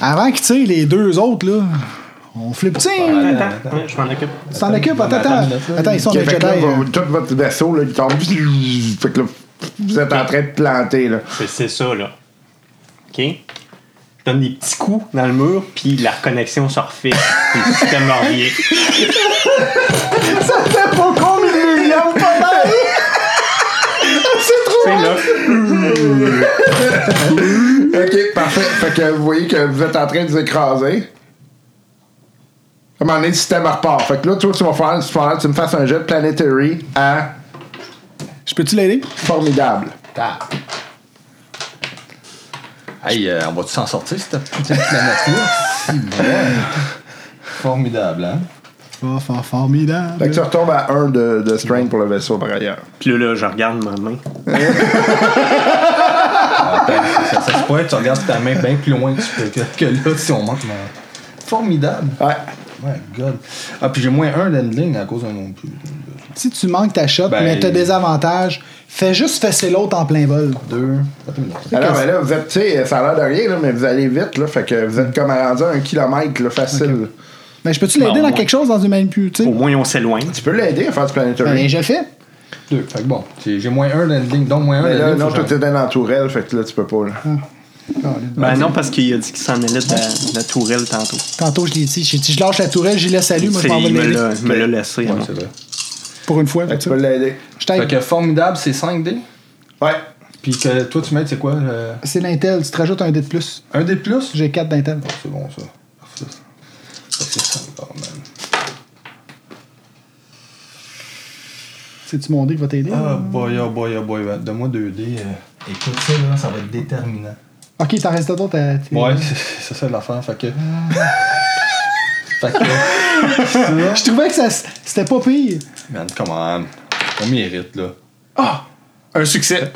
S4: avant qu'ils tirent les deux autres, là, on flippe. Tiens!
S6: Attends,
S7: Euh, Attends,
S6: attends.
S7: ouais, je m'en occupe.
S4: Tu t'en occupes? Attends,
S6: Attends une
S4: attends.
S6: minute, là.
S4: Attends, ils sont
S2: Ok,
S4: des
S2: fait
S4: Jedi.
S2: que là,
S4: euh,
S2: vo- tout votre vaisseau, là, il tombe. Fait que là, vous êtes en train de planter, là.
S7: C'est- C'est ça, là. OK? Je donne des petits coups dans le mur, puis la reconnexion se refait. puis le système revient.
S2: Ça fait pas combien de millions, pas mal? C'est trop!
S7: Tu sais, là,
S2: Ok, parfait. Fait que vous voyez que vous êtes en train de vous écraser. À un moment donné, le système repart. Fait que là, toi, tu vas faire, tu, vas faire- tu me fasses un jet de planetary à
S4: Je peux-tu l'aider?
S2: formidable.
S10: Ah.
S6: Hey, euh, on va-tu s'en sortir, cette putain de planète-là? Si, bon. Formidable, hein?
S4: Oh, for-
S2: Fait que tu
S4: formidable.
S2: retombes à 1 de, de strain pour le vaisseau par ailleurs.
S7: Puis là, là, je regarde ma main.
S6: Attends, ça, ça se pourrait que tu regardes ta main bien plus loin que, tu peux, que, que là, si on manque. mais- Formidable!
S2: Ouais.
S6: My God. Ah, puis j'ai moins un d'endling à cause d'un nom plus.
S4: Si tu manques ta shot,
S6: Ben-
S4: mais t'as des avantages, fais juste fesser l'autre en plein vol.
S6: Deux. Attends une minute.
S2: Alors, mais là, vous êtes, tu sais, ça a l'air de rien, là, mais vous allez vite, là. Fait que vous êtes comme rendu à un kilomètre, là, facile.
S4: Mais je peux-tu l'aider
S7: Bon,
S4: dans
S7: ouais.
S4: quelque chose dans une
S7: Au
S4: manipulation?
S7: moins, on s'éloigne.
S2: Tu peux l'aider à faire du planetary.
S4: Ben, je le fais.
S6: Deux. Fait que bon, j'ai j'ai moins un d'endling, donc moins un
S2: mais là,
S6: d'endling.
S2: non,
S6: faut que
S2: toi, t'es dans la tourelle, fait que là, tu peux pas, là.
S7: Ben non, parce qu'il a dit qu'il s'en allait de la, de la tourelle tantôt.
S4: Tantôt, je l'ai dit. J'ai dit, je lâche la tourelle, j'y laisse salut, moi, je
S7: C'est-
S4: m'en vais
S7: il me
S4: l'aider.
S7: l'a- il me l'a laissé. hein. à
S6: j'en-
S7: moi.
S6: Ouais, c'est vrai.
S4: Pour une fois.
S2: Fait que tu
S4: tu
S2: peux
S4: sais.
S2: l'aider.
S4: Je
S6: Fait
S4: t'aide.
S6: que formidable, c'est 5D.
S2: Ouais.
S6: Puis que toi, tu mets, c'est quoi? euh,
S4: C'est l'intel. Tu te rajoutes un dé de plus.
S6: un dé de plus?
S4: J'ai 4 d'intel.
S6: Oh, c'est bon, ça. Parfait. Ça, c'est ça, quand même.
S4: C'est-tu mon dé qui va t'aider?
S6: Ah, boy, oh boy, oh boy. Donne-moi 2D. euh, Écoute, ça, là, ça va être déterminant.
S4: Ok, t'en restes d'autres à. t'es-
S6: Ouais, c'est c'est ça l'affaire. Fait que. fait que. ça.
S4: Je trouvais que ça s- c'était pas pire.
S6: Man, come on. On mérite, là.
S2: Un succès.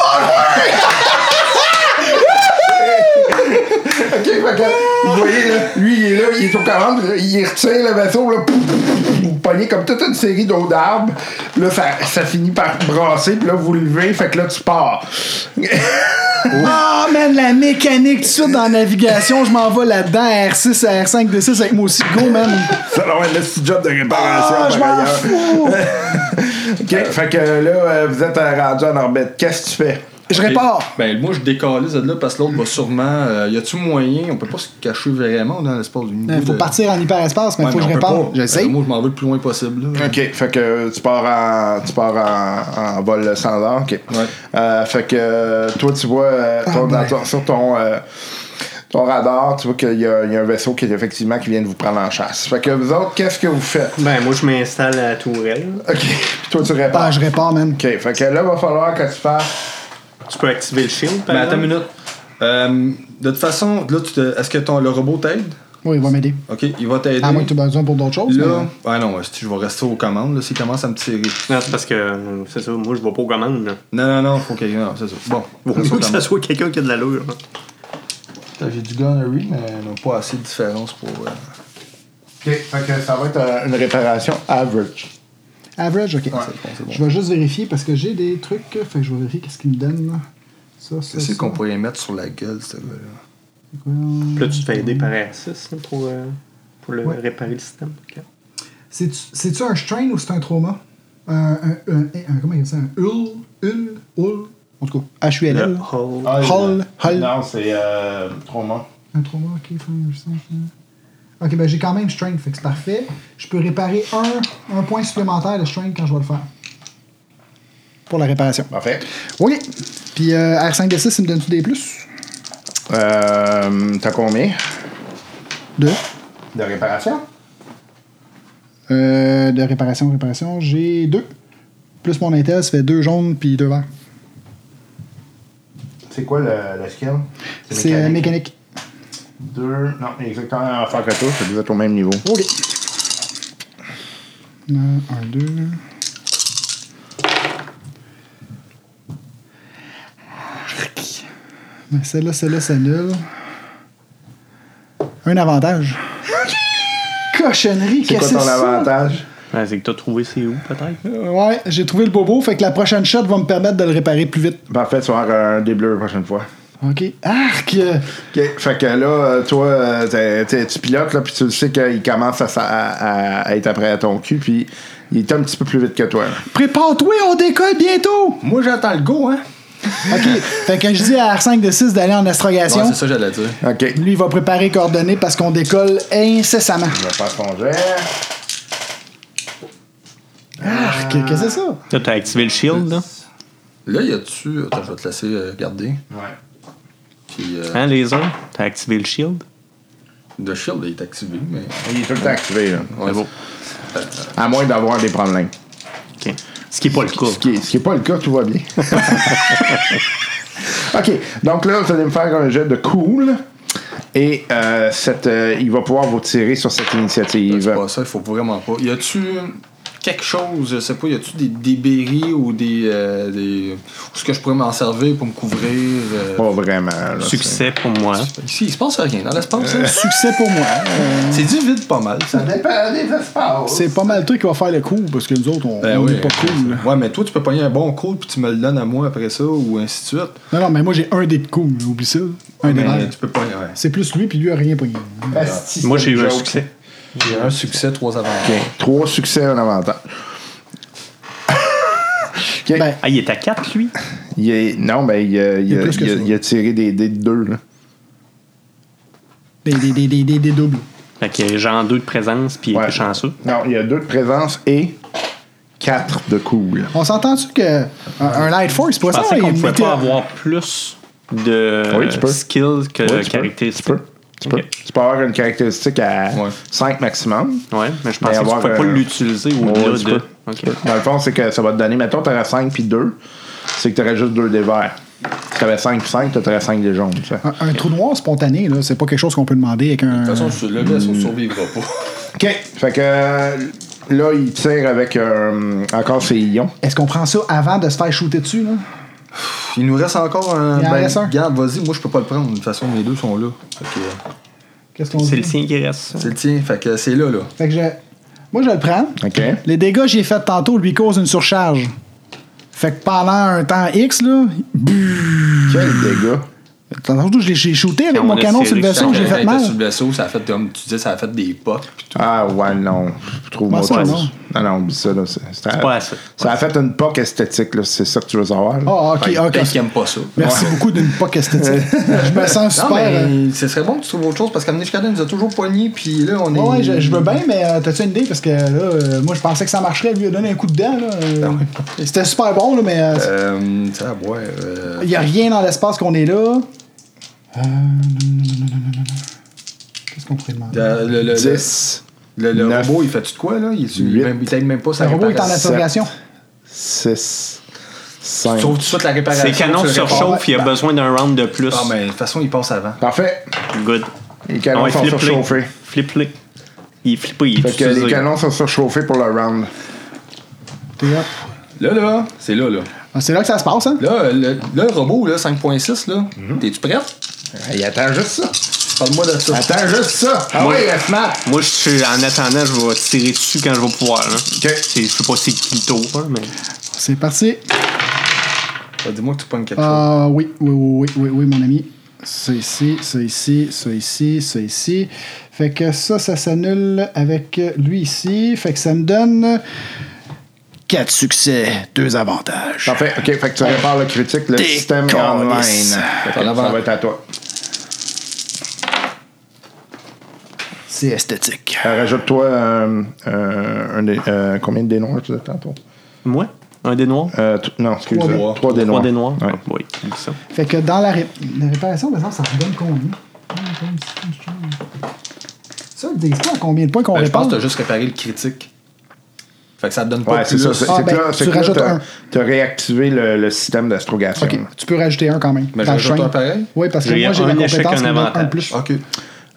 S2: OK, fait que, vous voyez, là, lui, il est là, il est au 40, là, il retire le vaisseau, là, pouf, pouf, pouf, vous pognez comme toute une série d'eau d'arbres. Là, ça, ça finit par brasser, puis là, vous levez, fait que là, tu pars.
S4: Ah, man, la mécanique, tout de suite dans la navigation, je m'en vais là-dedans, à R6, à R5, D6 avec moi aussi, go, man.
S2: Ça va être le petit job de réparation.
S4: Ah,
S2: par
S4: je m'en
S2: ailleurs.
S4: fous.
S2: OK, fait que là, euh, vous êtes euh, rendu en orbite. Qu'est-ce que tu fais?
S4: Je répare.
S6: Ben, moi, je décalise de là parce que l'autre va sûrement. euh, y a-tu moyen On peut pas se cacher vraiment dans l'espace d'une.
S4: Il Euh, faut partir en hyperespace, mais il faut que je répare. Ben, J'essaie.
S6: Ben, moi, je m'en vais le plus loin possible. là.
S2: OK, fait que tu pars en, tu pars en, en vol standard, OK.
S6: Ouais.
S2: Euh, fait que toi, tu vois, euh,
S4: Ah,
S2: ton- dans ton- sur ton, euh, ton radar, tu vois qu'il y, a il y a un vaisseau qui est effectivement qui vient de vous prendre en chasse. Fait que vous autres, qu'est-ce que vous faites?
S7: Ben, moi, je m'installe à la tourelle.
S2: OK, puis toi, tu
S4: Ah,
S2: répares.
S4: je répare, man.
S2: OK, fait que là, va falloir que tu fasses...
S7: Tu peux activer le shield, par
S6: Ben, attends une
S7: exemple?
S6: minute. Euh, de toute façon, là, tu te- est-ce que ton, le robot t'aide
S4: Oui, il va m'aider.
S6: Ok, il va t'aider.
S4: À moins que tu aies besoin pour d'autres choses.
S6: Là, ah non, si je vais rester aux commandes, là, s'il commence à me tirer.
S7: Non, c'est parce que, euh, c'est ça, moi, je vais pas aux commandes. là.
S6: Non, non, non, faut quelqu'un. non, C'est ça. Bon,
S7: Vaut
S6: reste
S7: mieux
S6: aux
S7: que ça
S6: commandes.
S7: soit quelqu'un qui a de l'allure. hein.
S6: Putain, J'ai du gunnery, mais ils n'ont pas assez de différence pour. euh,
S2: OK, fait que ça va être euh, une réparation average.
S4: mais- Average, ok. Je vais juste vérifier parce que j'ai des trucs. Fait que je vais vérifier qu'est-ce qu'il me donne. là. Ça, ça.
S6: Qu'est-ce
S4: ça.
S6: qu'on pourrait mettre sur la gueule, ce gars-là
S4: C'est quoi, là?
S7: Puis Là, tu te fais aider par R6 hein, pour, euh, pour le, réparer le système. Ok.
S4: C'est-tu c'est-tu un strain ou c'est un trauma? Un, un, un, un- comment il appelle ça? Un hull? Hull? Hull? En tout cas,
S7: Le
S4: H-U-L-L.
S7: hold.
S4: Hull? Hull?
S8: Non, c'est euh, trauma.
S4: Un trauma, ok. faut que je sache, hein. Ok, ben j'ai quand même strain, fait que c'est parfait. Je peux réparer un, un point supplémentaire de strain quand je vais le faire. Pour la réparation.
S2: Parfait.
S4: Ok. Puis euh, R5D6, il me donne-tu des plus?
S2: Euh, T'as combien
S4: Deux.
S2: de réparation?
S4: Euh, de réparation, réparation, j'ai deux. Plus mon intel, ça fait deux jaunes puis deux verts.
S2: C'est quoi le, le skill?
S4: C'est euh, mécanique.
S2: Deux... Non, exactement la même affaire que toi, fait que vous êtes au même niveau.
S4: Ok. Un, un, deux. Arc. Mais celle-là, celle-là s'annule. Un avantage. Cochonnerie,
S2: C'est quoi
S4: qu'est-ce que
S2: ton
S4: c'est ça?
S2: avantage?
S7: Ben, c'est que t'as trouvé c'est où, peut-être?
S4: Euh, Ouais, j'ai trouvé le bobo, fait que la prochaine shot va me permettre de le réparer plus vite.
S2: Parfait, Ben, tu vas avoir un des bleus la prochaine fois.
S4: Ok. Arc!
S2: OK. Fait que là, euh, toi, euh, t'es- t'es- tu pilotes, là, puis tu le sais qu'il commence à, sa- à- à- à être après à ton cul, puis il est un petit peu plus vite que toi. là.
S4: Prépare-toi, on décolle bientôt!
S6: Moi, j'attends le go, hein
S4: OK. fait que je dis à R5 de 6 d'aller en astrogation.
S6: Ouais, c'est ça, que j'allais dire.
S2: OK.
S4: Lui, il va préparer coordonnées parce qu'on décolle incessamment.
S2: Je vais faire son jet.
S4: Arc, qu'est-ce que c'est ça?
S7: Là, t'as activé le shield, là.
S6: Là, y a-tu. Attends, je vais te laisser euh, garder.
S2: Ouais.
S6: Puis, euh,
S7: Hein, les autres? T'as activé le shield?
S6: le shield il est activé, mais.
S2: Il est tout le temps activé, là.
S6: Ouais,
S7: bon.
S2: À moins d'avoir des problèmes.
S7: OK. Ce qui est pas le
S2: Ce
S7: cas.
S2: qui n'est pas le cas, tout va bien. OK. Donc là, vous allez me faire un jet de cool. Et euh, cette, euh, il va pouvoir vous tirer sur cette
S6: C'est
S2: initiative.
S6: pas ça, il faut vraiment pas. Y a-tu quelque chose, je sais pas, y a-tu des débris ou des. euh, des... Où est-ce que je pourrais m'en servir pour me couvrir euh,
S2: Pas vraiment. là,
S7: Succès pour moi.
S6: Ici, il se passe rien dans l'espace, hein?
S4: Succès pour moi. Euh,
S6: C'est du vide pas mal, ça.
S4: c'est pas mal toi qui va faire le coup parce que nous autres, on,
S6: Ben
S4: on
S6: oui,
S4: est pas cool. là.
S6: Ouais, mais toi, tu peux pogner un bon coup puis tu me le donnes à moi après ça ou ainsi de suite.
S4: Non, non, mais moi, j'ai un dé de cool. Oublie ça. Un dé
S6: Mais
S4: vert.
S6: tu peux pas. ouais.
S4: C'est plus lui, puis lui a rien pogné.
S7: Moi, j'ai eu un succès.
S6: J'ai un succès, trois avantages.
S2: OK. Trois succès, un avantage. OK.
S4: Ben,
S7: Ah, il est à 4, lui?
S2: Il est- non, mais il, a- il a-
S4: Il est plus que
S2: il a-
S4: ça.
S2: il a tiré des dés de deux. là.
S4: des, des, des, des, des, des doubles.
S7: Fait qu'il y a genre 2 de présence, puis il
S2: Ouais.
S7: était chanceux.
S2: Non, il y a deux de présence et quatre de cool.
S4: On s'entend-tu que un, un Light Force, c'est pas
S7: Je
S4: ça?
S7: pensais qu'on
S4: il
S7: pouvait
S4: mettait-
S7: pas avoir plus de
S2: Oui, tu peux.
S7: skills que
S2: Ouais, tu peux.
S7: caractéristiques.
S2: Tu peux. Tu peux.
S7: Ok.
S2: Tu peux avoir une caractéristique à
S6: Ouais.
S2: 5 maximum.
S7: Ouais, mais
S2: Mais
S7: je pensais que tu
S2: avoir,
S7: pouvais pas
S2: euh,
S7: l'utiliser
S2: Ouais,
S7: au-delà
S2: tu
S7: de.
S2: peux.
S7: Ok.
S2: Dans le fond, c'est que ça va te donner, mettons, tu 5 puis 2, c'est que tu aurais juste 2 dés verts. Si tu avais 5 puis 5, tu aurais 5 dés jaunes. tu sais.
S4: Un, un trou noir spontané, là, c'est pas quelque chose qu'on peut demander avec un.
S6: De toute façon, je- le vaisseau survivra pas.
S2: OK. Fait que euh, là, il tire avec euh, encore ses ions.
S4: Est-ce qu'on prend ça avant de se faire shooter dessus, là?
S6: Il nous reste encore un. ben,
S4: Il en reste un.
S6: Garde, vas-y, moi je peux pas le prendre. De toute façon, mes deux sont là. Fait que, euh,
S4: Qu'est-ce qu'on
S7: C'est le
S4: dit?
S7: sien qui reste.
S6: c'est le tien. Fait que c'est là, là.
S4: Fait que je... Moi, je le prends.
S2: OK.
S4: Les dégâts que j'ai fait tantôt lui causent une surcharge. Fait que pendant un temps X, là.
S2: Quel dégât.
S4: Tantôt, je l'ai j'ai shooté avec
S7: On
S4: mon
S7: a
S4: canon
S7: serré
S4: sur le
S7: ça,
S4: vaisseau, j'ai fait
S6: Quand il était
S4: mal.
S6: sur le vaisseau, ça a fait comme tu disais, ça a fait des potes.
S2: Ah ouais, non. Je trouve
S4: Comment
S2: autre
S4: ça,
S2: chose.
S4: non?
S2: Non, non, oublie ça. Là. C'est, c'est-
S7: C'est pas assez.
S2: Ça a fait une POC esthétique, là. c'est ça que tu veux savoir. là.
S4: Ah, ok, ok.
S6: Peut-être qu'ils aiment pas ça.
S4: Merci beaucoup d'une poque esthétique. je me sens
S6: Non,
S4: super. euh,
S6: mais ce serait bon que tu trouves autre chose parce qu'Amnish Kaden nous a toujours poignés, puis là, on est.
S4: Ouais, ouais, je, je veux bien, mais euh, t'as-tu une idée? Parce que là, euh, moi, je pensais que ça marcherait. Lui, il a donné un coup de dent. là. Euh, C'était super bon, là, mais euh,
S6: Euh, ça, ouais. euh,
S4: il n'y a rien dans l'espace qu'on est là. Euh, non, non, non, non, non, non, non. Qu'est-ce qu'on pourrait demander?
S6: le, le, le-
S2: 10,
S6: le- le
S2: neuf,
S6: robot, il fait-tu de quoi, là? Il, est-tu-
S2: huit.
S6: même- il t'aide même pas
S4: Le
S6: sa
S4: robot est en
S6: réparation.
S4: interrogation.
S2: 6, 5.
S6: Sauf tout de suite la réparation.
S7: Ses canons
S6: tu le
S7: se
S6: répares.
S7: chauffent, il
S2: Bah.
S7: a besoin d'un round de plus.
S6: Ah,
S2: ben,
S6: mais de toute façon, il passe avant.
S2: Parfait.
S7: Good.
S2: Les canons
S7: Ah, il
S2: sont
S7: flippe-les.
S2: surchauffés.
S7: Flippe-les. Il est flippé, il est
S2: Fait que
S7: tout
S2: les
S7: usé.
S2: canons sont surchauffés pour le round.
S4: T'es hop.
S6: Là, là, c'est là, là.
S4: Ah, C'est là que ça se passe, hein?
S6: Là, le, le robot, là, 5.6, là, t'es-tu prête?
S2: Il attend juste ça.
S6: Parle-moi de ça.
S2: Attends juste ça. Ah
S7: Moi-
S2: oui, F-Map.
S7: Moi, je suis, en attendant, je vais tirer dessus quand je vais pouvoir. Là. C'est- Je sais pas si c'est qui le tour, hein, mais.
S4: C'est parti.
S6: Ah, Dis-moi que tu pognes quelque chose.
S4: Ah oui, oui, oui, oui, oui, oui, mon ami. Ça ici, ça ici, ça ici, ça ici. Fait que ça, ça s'annule avec lui ici. Fait que ça me donne 4 succès, 2 avantages.
S2: Parfait. OK, fait que tu répares le critique, le
S4: T'es
S2: système est
S4: con,
S2: online.
S4: lisse.
S2: Fait que
S6: En
S2: ça
S6: avant.
S2: va être à toi.
S4: C'est esthétique.
S2: Euh, Rajoute-toi euh, euh, un des- euh, combien de dés noirs tu as tantôt?
S7: Moi Un dé noir
S2: Euh, t- non, excuse
S4: Trois
S2: moi
S6: noirs.
S2: Trois dés noirs.
S7: Trois dés noirs
S2: Ouais.
S7: Ah, Oui, oublie ça.
S4: Fait que dans la, ré- la réparation, par exemple, ça me donne combien Ça, ils disent pas à combien de points qu'on
S6: Ben, je pense
S4: répare.
S6: que t'as juste réparé le critique. Fait que ça te donne pas
S2: Ouais, c'est
S6: plus.
S2: ça. C'est
S4: Ah,
S2: c'est
S4: ben,
S2: que là, c'est
S4: tu
S2: que là,
S4: rajoutes
S2: t'as-
S4: un.
S2: t'as réactivé le, le système d'astrogation.
S4: Ok, tu peux rajouter un quand même.
S6: Mais Ben, je
S4: Dans le
S6: rajoute
S4: chain.
S6: un pareil?
S4: Oui, parce que
S7: J'ai
S4: moi, j'ai la
S7: un échec,
S4: compétence
S7: un
S4: qui me donne un
S7: avantage.
S4: plus.
S6: Ah, OK.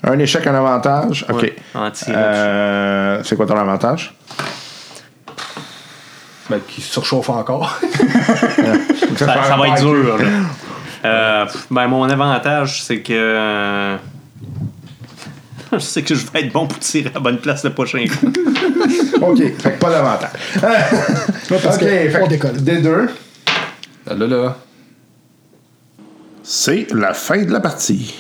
S2: Un échec, un avantage. OK.
S7: Ouais, en tirage.
S2: Euh, c'est quoi ton avantage?
S6: Ben, qui se surchauffe encore.
S2: Ça,
S7: Ça, ça va être
S2: pareil.
S7: dur. là. Euh, pff, ben, mon avantage, c'est que. euh, Je sais que je vais être bon pour tirer à la bonne place le prochain coup.
S2: OK, fait que pas d'avantage.
S4: Ouais, parce
S2: OK,
S4: que
S2: fait
S4: on
S2: que
S4: décolle.
S2: des deux.
S6: là, là, là.
S2: C'est la fin de la partie.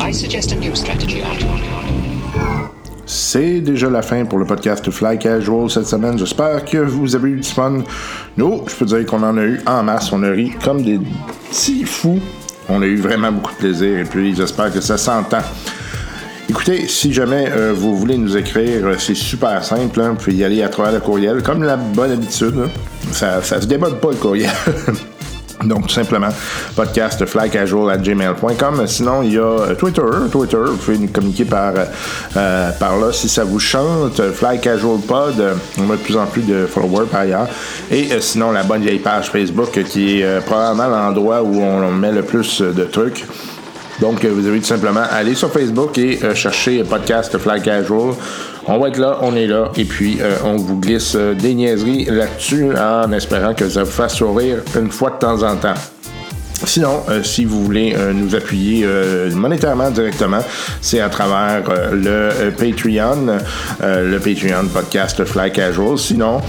S11: I suggest a new strategy, Otto.
S2: C'est déjà la fin pour le podcast Fly Casual cette semaine. J'espère que vous avez eu du fun. Nous, je peux dire qu'on en a eu en masse. On a ri comme des petits fous. On a eu vraiment beaucoup de plaisir et puis j'espère que ça s'entend. Écoutez, si jamais euh, vous voulez nous écrire, euh, c'est super simple. hein. Vous pouvez y aller à travers le courriel, comme la bonne habitude. hein. Ça, ça se déborde pas le courriel. Donc, tout simplement, podcast gmail.com. Sinon, il y a euh, Twitter. Twitter, vous pouvez nous communiquer par, euh, par là si ça vous chante. Euh, Fly Casual Pod, euh, on a de plus en plus de followers par ailleurs. Et euh, sinon, la bonne vieille page Facebook euh, qui est euh, probablement l'endroit où on met le plus euh, de trucs. Donc, euh, vous avez tout simplement à aller sur Facebook et euh, chercher Podcast Fly Casual. On va être là, on est là, et puis euh, on vous glisse euh, des niaiseries là-dessus en espérant que ça vous fasse sourire une fois de temps en temps. Sinon, euh, si vous voulez euh, nous appuyer euh, monétairement directement, c'est à travers euh, le euh, Patreon, euh, le Patreon podcast Fly Casual. Sinon,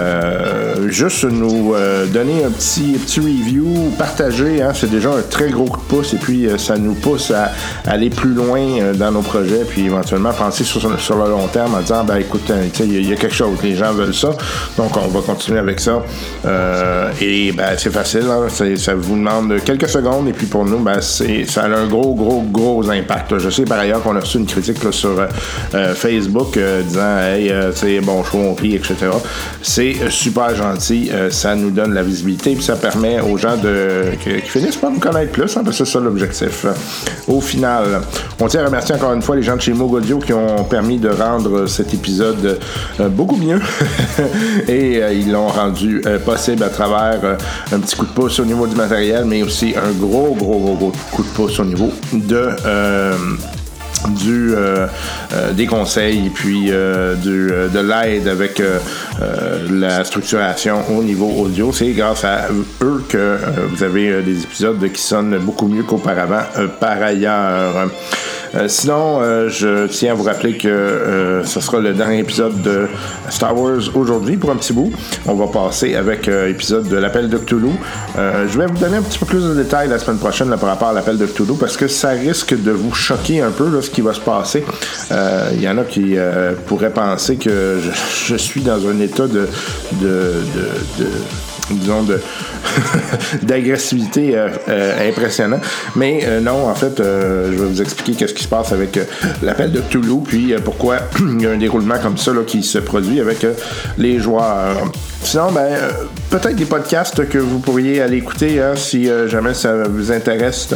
S2: euh, juste nous euh, donner un petit, petit review, partager, hein, c'est déjà un très gros coup de pouce et puis euh, ça nous pousse à aller plus loin euh, dans nos projets, puis éventuellement penser sur, sur le long terme en disant, ben écoute, hein, tu sais, il y a- il y, a quelque chose, les gens veulent ça, donc on va continuer avec ça. Euh, et ben, c'est facile, hein, c'est- ça vous demande quelques secondes, et puis pour nous, ben, c'est- ça a un gros, gros, gros impact. là. Je sais par ailleurs qu'on a reçu une critique là, sur euh, euh, Facebook euh, disant, hey, euh, c'est bon choix, on rit, etc. C'est euh, super gentil, euh, ça nous donne la visibilité, puis ça permet aux gens de, qui, qui finissent par nous connaître plus, hein, parce que c'est ça l'objectif. euh, Au final, on tient à remercier encore une fois les gens de chez Mogodio qui ont permis de rendre cet épisode euh, beaucoup mieux. Et euh, ils l'ont rendu euh, possible à travers euh, un petit coup de pouce au niveau du matériel, mais aussi un gros, gros, gros, gros coup de pouce au niveau de. euh, du euh, euh, des conseils et puis euh, du, euh, de l'aide avec euh, euh, la structuration au niveau audio. C'est grâce à eux que euh, vous avez euh, des épisodes qui sonnent beaucoup mieux qu'auparavant euh, par ailleurs. Euh, sinon, euh, je tiens à vous rappeler que euh, ce sera le dernier épisode de Star Wars aujourd'hui pour un petit bout. On va passer avec euh, épisode de l'appel de Cthulhu. Euh, je vais vous donner un petit peu plus de détails la semaine prochaine là, par rapport à l'appel de Cthulhu parce que ça risque de vous choquer un peu là, ce qui va se passer. Euh, Il y en a qui euh, pourraient penser que je, je suis dans un état de- de- de- de disons, de d'agressivité euh, euh, impressionnant. Mais euh, non, en fait, euh, je vais vous expliquer qu'est-ce qui se passe avec euh, l'appel de Cthulhu, puis euh, pourquoi il y a un déroulement comme ça là, qui se produit avec euh, les joueurs. Sinon, ben, euh, peut-être des podcasts que vous pourriez aller écouter hein, si euh, jamais ça vous intéresse.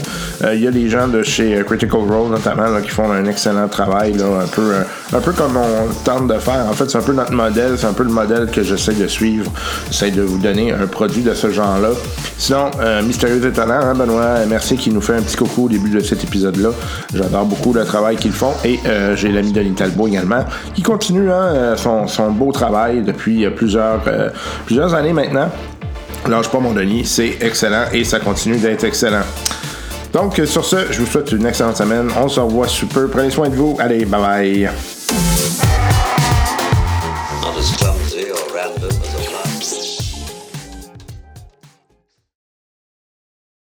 S2: Euh, Il y a les gens de chez euh, Critical Role, notamment, là, qui font un excellent travail, là, un, peu, euh, un peu comme on tente de faire. En fait, c'est un peu notre modèle, c'est un peu le modèle que j'essaie de suivre. J'essaie de vous donner un produit de ce genre-là. Sinon, euh, Mystérieux Étonnant, hein, Benoît Mercier qui nous fait un petit coucou au début de cet épisode-là. J'adore beaucoup le travail qu'ils font. Et euh, j'ai l'ami Denis Talbot également, qui continue hein, euh, son, son beau travail depuis euh, plusieurs, euh, plusieurs années maintenant. Lâche pas mon Denis, c'est excellent et ça continue d'être excellent. Donc, euh, sur ce, je vous souhaite une excellente semaine. On se revoit sous peu. Prenez soin de vous. Allez, bye bye.
S12: Not as clumsy or random as a plant.